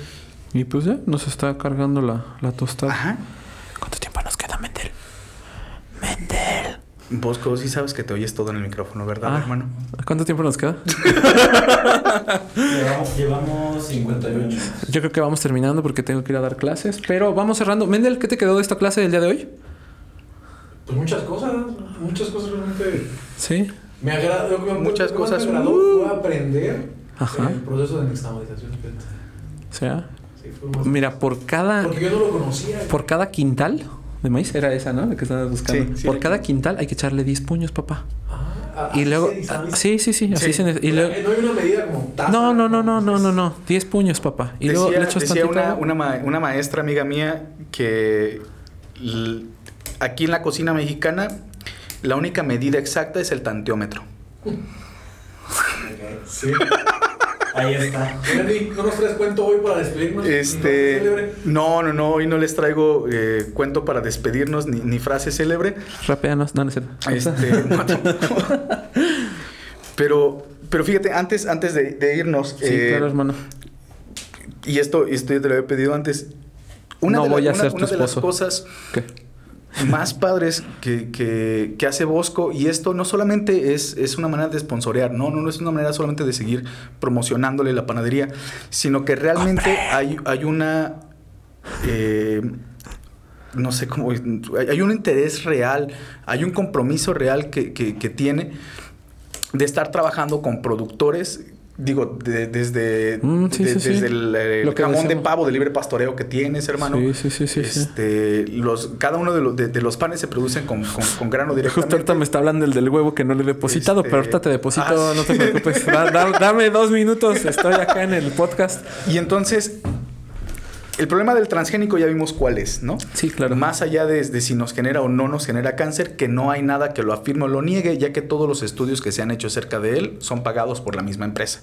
S3: Y pues ya, nos está cargando la, la tostada.
S2: Ajá.
S3: ¿Cuánto tiempo nos queda, Mendel?
S2: Bosco, sí sabes que te oyes todo en el micrófono, ¿verdad,
S3: Ah.
S2: hermano?
S3: ¿Cuánto tiempo nos queda?
S4: Llevamos, llevamos 58.
S3: Yo creo que vamos terminando porque tengo que ir a dar clases. Pero vamos cerrando. Mendel, ¿qué te quedó de esta clase del día de hoy?
S1: Pues muchas cosas, muchas cosas realmente
S3: Sí.
S1: me agrada. lo que-
S2: Muchas
S1: lo que más
S2: cosas,
S1: Me agradó
S2: uh.
S1: fue aprender
S3: Ajá.
S1: el proceso de nextamalización. fíjate.
S3: O sea,
S1: Sí, fue lo más-
S3: mira, por cada...
S1: Porque yo no lo conocía.
S3: Por cada quintal de maíz, era esa, ¿no? La que estabas buscando.
S2: Sí, sí,
S3: por
S2: la
S3: cada quintal hay que echarle 10 puños, papá.
S1: Ah, ah,
S3: Y
S1: así
S3: luego.
S1: se dice,
S3: ah,
S1: ¿sabes?
S3: Sí, sí, sí. Así
S2: Sí.
S3: se ne- y
S1: O sea,
S3: luego-
S1: No hay una medida como taza.
S3: No, no, no, no, no, no, no. 10 puños, papá. Y luego
S2: decía,
S3: le echas
S2: decía
S3: tantita
S2: una,
S3: agua.
S2: una ma- una maestra amiga mía que l- aquí en la cocina mexicana, la única medida exacta es el tanteómetro.
S1: Sí. Ahí está. Wendy, ¿no nos traes cuento hoy para despedirnos?
S2: Este,
S1: Célebre.
S2: no, no, no, hoy no les traigo eh, cuento para despedirnos ni, ni frase célebre.
S3: Rapeanos, no, no es cierto.
S2: Este, no, tampoco. pero, pero fíjate, antes, antes de, de irnos,
S3: Sí,
S2: eh,
S3: claro, hermano.
S2: y esto, y esto yo te lo había pedido antes,
S3: No
S2: de, la-
S3: voy a ser tu
S2: una de las
S3: esposo.
S2: cosas
S3: ¿Qué?
S2: más padres que, que- que hace Bosco, y esto no solamente es, es una manera de sponsorear, no, no, no es una manera solamente de seguir promocionándole la panadería, sino que realmente hay, hay una... eh, no sé cómo... Hay hay un interés real, hay un compromiso real que, que- que tiene de estar trabajando con productores. Digo, de- desde,
S3: Mm, sí,
S2: de-
S3: sí, sí.
S2: desde el, eh,
S3: Lo que
S2: jamón de
S3: decíamos.
S2: pavo de libre pastoreo que tienes, hermano.
S3: Sí, sí, sí, sí, sí.
S2: Este, los, cada uno de, los- de- de los panes se producen con, con, con grano
S3: Justo
S2: directamente.
S3: ahorita me está hablando el del huevo que no le he depositado,
S2: Este-
S3: pero ahorita te deposito,
S2: Ah,
S3: no
S2: sí.
S3: te preocupes. Da- da- dame dos minutos, estoy acá en el podcast.
S2: Y entonces, el problema del transgénico ya vimos cuál es, ¿no?
S3: Sí, claro.
S2: Más allá de, de si nos genera o no nos genera cáncer, que no hay nada que lo afirme o lo niegue, ya que todos los estudios que se han hecho acerca de él son pagados por la misma empresa.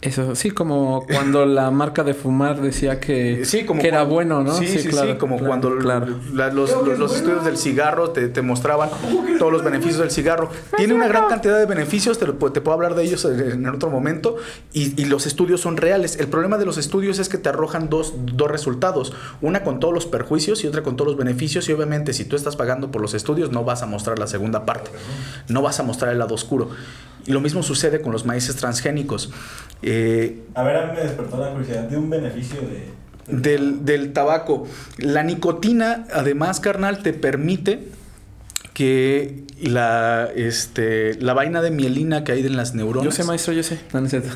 S3: Eso, sí, como cuando la marca de fumar decía que, Eh, que era
S2: cuando-
S3: bueno, ¿no?
S2: Sí, sí, sí, como
S3: claro,
S2: cuando
S3: Claro.
S2: la- los,
S1: Creo que
S2: los-
S1: es
S2: los
S1: bueno.
S2: estudios del cigarro te, te mostraban todos los beneficios del cigarro. Tiene una gran cantidad de beneficios, te, lo pu- te puedo hablar de ellos en en otro momento, y, y los estudios son reales. El problema de los estudios es que te arrojan dos, dos resultados, una con todos los perjuicios y otra con todos los beneficios, y obviamente si tú estás pagando por los estudios no vas a mostrar la segunda parte, no vas a mostrar el lado oscuro. Y lo mismo sucede con los maíces transgénicos. Eh,
S4: A ver, a mí me despertó la curiosidad de un beneficio de.
S2: del, del tabaco. La nicotina, además, carnal, te permite que la, este, la vaina de mielina que hay en las neuronas,
S3: Yo sé, maestro, yo sé. No, no es cierto.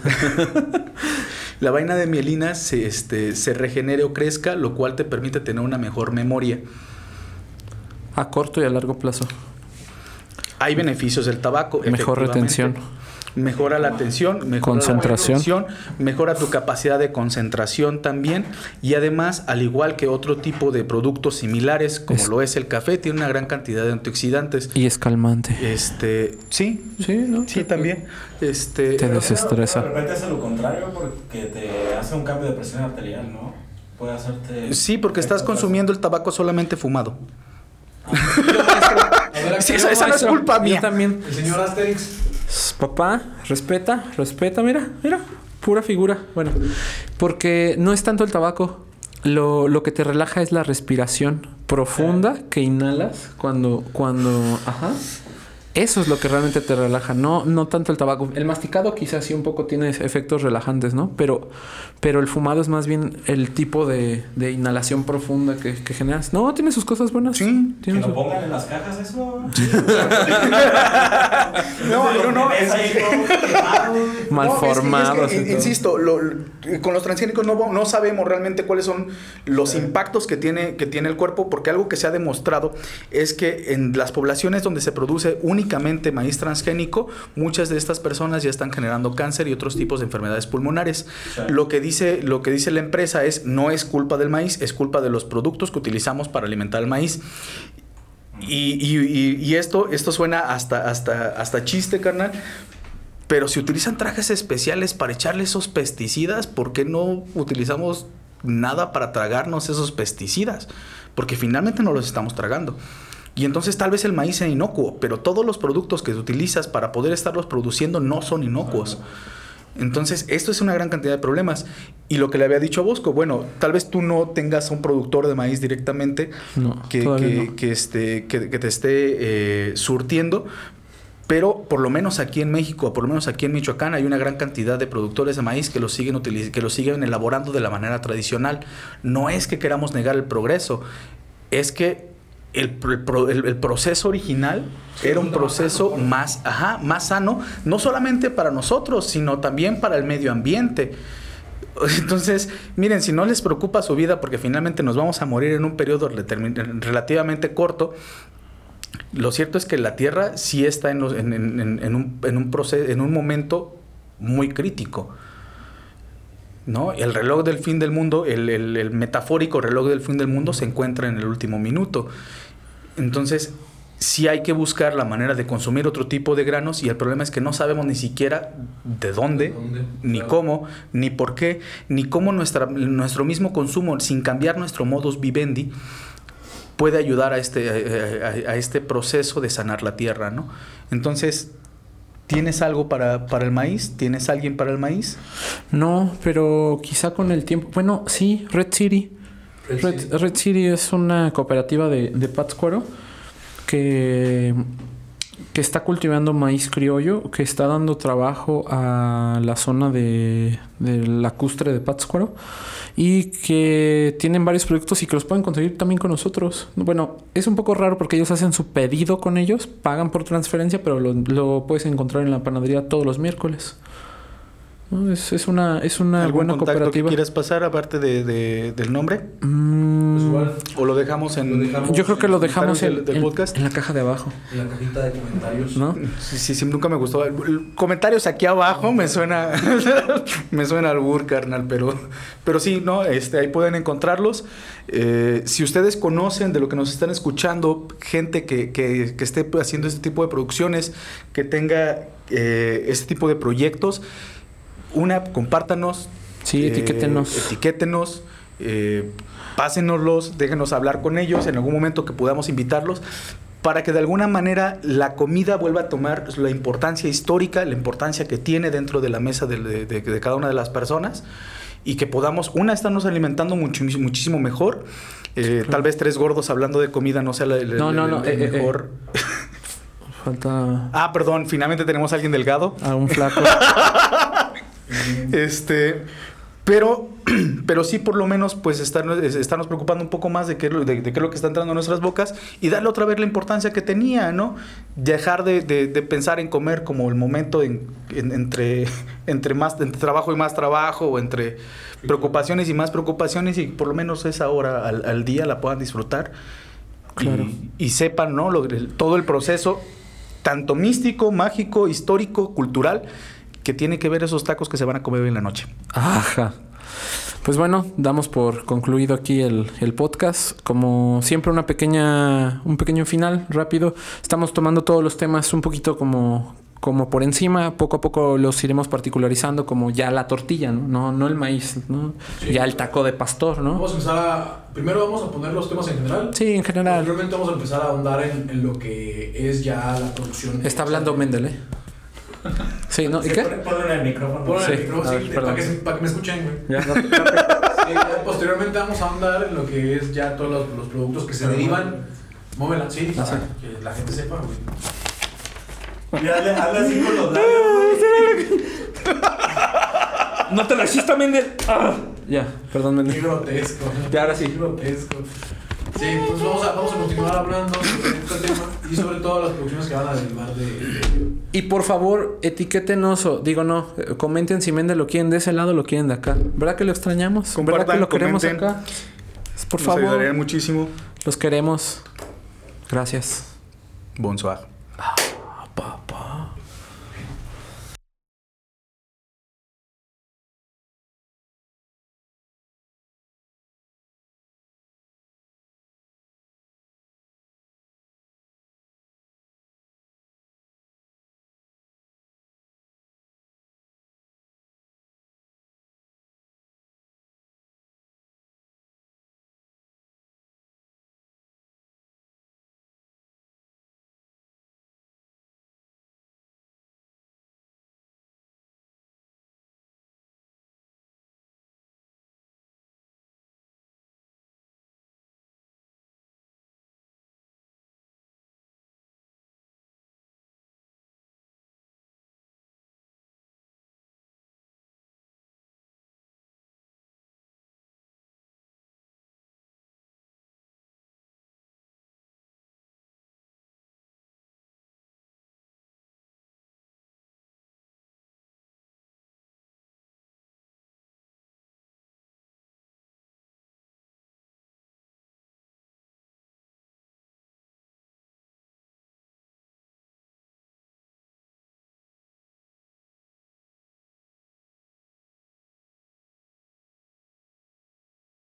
S2: la vaina de mielina se, este, se regenere o crezca, lo cual te permite tener una mejor memoria.
S3: A corto y a largo plazo.
S2: Hay beneficios del tabaco.
S3: Mejor
S2: efectivamente.
S3: retención.
S2: Mejora la atención, mejora
S3: Concentración.
S2: la atención, mejora tu capacidad de concentración también y además, al igual que otro tipo de productos similares como
S3: Es-
S2: lo es el café, tiene una gran cantidad de antioxidantes.
S3: Y es calmante.
S2: Este, sí,
S3: Sí, ¿no?
S2: sí también. Este,
S3: Te
S4: Pero
S3: desestresa.
S4: De repente hace lo contrario porque te hace un cambio de presión arterial, ¿no? Puede hacerte.
S2: sí, porque estás consumiendo el tabaco solamente fumado.
S1: A ver,
S2: Sí,
S1: acá-
S2: esa- esa no es
S3: Maestro,
S2: culpa mía.
S3: Yo también.
S1: El señor Asterix.
S3: S- Pues, Papá, respeta, respeta, mira, mira, pura figura. Bueno, porque no es tanto el tabaco, lo, lo que te relaja es la respiración profunda
S2: Ah.
S3: que inhalas cuando, cuando, ajá. Eso es lo que realmente te relaja, no, no tanto el tabaco. El masticado quizás sí un poco tiene efectos relajantes, ¿no? Pero, pero el fumado es más bien el tipo de, de inhalación profunda que, que generas. No, tiene sus cosas buenas.
S2: Sí.
S4: Que
S3: Tiene
S4: lo
S3: su-
S4: pongan en las cajas, eso.
S2: No, no, no, es-
S3: Malformados
S2: No, es que- es que,
S3: y
S2: in-
S3: todo.
S2: insisto, lo- lo- con los transgénicos no, va- no sabemos realmente cuáles son los impactos que tiene, que tiene el cuerpo, porque algo que se ha demostrado es que en las poblaciones donde se produce únicamente maíz transgénico, muchas de estas personas ya están generando cáncer y otros tipos de enfermedades pulmonares.
S4: Sí.
S2: Lo que dice, lo que dice la empresa es no es culpa del maíz, es culpa de los productos que utilizamos para alimentar el maíz. Y, y- y- y esto, esto suena hasta, hasta, hasta chiste, carnal. Pero si utilizan trajes especiales para echarle esos pesticidas, ¿por qué no utilizamos nada para tragarnos esos pesticidas? Porque finalmente no los estamos tragando. Y entonces tal vez el maíz sea inocuo, pero todos los productos que utilizas para poder estarlos produciendo no son inocuos. Entonces, esto es una gran cantidad de problemas. Y lo que le había dicho a Bosco, bueno, tal vez tú no tengas a un productor de maíz directamente
S3: No,
S2: que,
S3: todavía
S2: que-
S3: no.
S2: que este, que, que te esté eh, surtiendo, pero por lo menos aquí en México, por lo menos aquí en Michoacán, hay una gran cantidad de productores de maíz que lo siguen, utiliz- que lo siguen elaborando de la manera tradicional. No es que queramos negar el progreso, es que el, pro- pro- el- el proceso original era un proceso más, ajá, más sano, no solamente para nosotros, sino también para el medio ambiente. Entonces, miren, si no les preocupa su vida, porque finalmente nos vamos a morir en un periodo determin- relativamente corto, lo cierto es que la Tierra sí está en, los- en- en- en- en un, en, un proceso, en un momento muy crítico. ¿no? El reloj del fin del mundo, el, el- el metafórico reloj del fin del mundo se encuentra en el último minuto. Entonces, sí hay que buscar la manera de consumir otro tipo de granos y el problema es que no sabemos ni siquiera de
S3: ¿Eh?
S2: dónde,
S1: ¿De dónde?
S2: ni
S1: Claro.
S2: cómo, ni por qué, ni cómo nuestra, nuestro mismo consumo, sin cambiar nuestro modus vivendi, puede ayudar a este, a, a- a este proceso de sanar la tierra, ¿no? Entonces, ¿tienes algo para, para el maíz? ¿Tienes alguien para el maíz?
S3: No, pero quizá con el tiempo. Bueno, sí, Red City.
S1: Red
S3: Red,
S1: City.
S3: Red City es una cooperativa de, de Pátzcuaro que, que está cultivando maíz criollo, que está dando trabajo a la zona de, de lacustre de Pátzcuaro y que tienen varios productos y que los pueden conseguir también con nosotros. Bueno, es un poco raro porque ellos hacen su pedido con ellos, pagan por transferencia, pero lo, lo puedes encontrar en la panadería todos los miércoles. ¿No? Es, es una, es una
S2: ¿Algún
S3: buena
S2: contacto
S3: cooperativa.
S2: que quieras pasar aparte de- de- del nombre?
S3: Mm.
S1: Pues igual,
S2: ¿O lo dejamos en...?
S1: Lo dejamos.
S3: Yo creo que lo dejamos
S2: ¿Comentario
S3: en,
S2: del- del
S3: en-
S2: podcast?
S3: en la caja de abajo,
S1: en la cajita de comentarios.
S3: ¿no?
S2: Sí, sí, sí, nunca me gustó. Comentarios aquí abajo me suena, me suena albur, carnal, pero, pero sí, ¿no? Este, ahí pueden encontrarlos. Eh, si ustedes conocen de lo que nos están escuchando, gente que, que- que esté haciendo este tipo de producciones, que tenga eh, este tipo de proyectos, una, compártanos.
S3: Sí,
S2: eh,
S3: etiquétenos.
S2: Etiquétenos. eh, pásenoslos, déjenos hablar con ellos en algún momento que podamos invitarlos para que de alguna manera la comida vuelva a tomar la importancia histórica, la importancia que tiene dentro de la mesa del- de, de- de cada una de las personas y que podamos, una, estarnos alimentando mucho- muchísimo mejor. Eh, Tal vez tres gordos hablando de comida no sea la, la-
S3: No,
S2: la-
S3: no,
S2: la-
S3: no,
S2: la
S3: eh, eh,
S2: mejor.
S3: Falta
S2: Ah, perdón, finalmente tenemos a alguien delgado.
S3: a un flaco.
S2: Este, pero, pero sí por lo menos pues estarnos, es- estarnos preocupando un poco más de qué, es lo- de, de qué es lo que está entrando a nuestras bocas y darle otra vez la importancia que tenía, ¿no? Dejar de, de- de pensar en comer como el momento en- en- entre, entre, más, entre trabajo y más trabajo o entre preocupaciones y más preocupaciones y por lo menos esa hora al, al día la puedan disfrutar y-
S3: Claro.
S2: y, sepan, ¿no? Lo- el- todo el proceso tanto místico, mágico, histórico, cultural, que tiene que ver esos tacos que se van a comer hoy en la noche.
S3: Ajá. Pues bueno, damos por concluido aquí el, el podcast. Como siempre, una pequeña, un pequeño final rápido. Estamos tomando todos los temas un poquito como, como por encima. Poco a poco los iremos particularizando como ya la tortilla, ¿no? No, no el maíz, ¿no?
S1: Sí.
S3: Ya el taco de pastor, ¿no?
S1: Vamos a empezar a. Primero vamos a poner los temas en general.
S3: Sí, en general.
S1: Posteriormente vamos a empezar a ahondar en, en lo que es ya la producción.
S3: Está hablando Mendel, ¿eh? Sí, ¿no? ¿Y qué?
S4: Ponle el micrófono.
S1: Ponlo en el
S3: Sí,
S1: micrófono,
S3: a
S1: sí,
S3: ver,
S1: de-
S3: perdón.
S1: para, que, se- para que me escuchen, güey.
S3: Ya, no,
S1: Sí, ya posteriormente vamos a ahondar en lo que es ya todos los, los productos que se derivan. Móvela, Ah, sí, para
S3: sí.
S1: que la gente sepa, güey.
S4: Mira, hazle, hazle así con los labios.
S3: No te la hiciste, Mendel. Ah. Ya, perdón,
S1: Qué
S3: Mendel.
S1: grotesco.
S3: Ya, ahora sí.
S1: Qué grotesco. Sí, entonces vamos a, vamos a continuar hablando sobre este tema y sobre todo las producciones que van a derivar de. de-
S3: Y por favor, etiquétenos o digo no, eh, comenten si Mendel lo quieren de ese lado o lo quieren de acá. ¿Verdad que lo extrañamos? ¿Verdad
S2: Compartan,
S3: que lo queremos
S2: comenten.
S3: acá? Por
S2: Nos
S3: favor,
S2: ayudarían muchísimo.
S3: los queremos. Gracias.
S2: Bonsoir.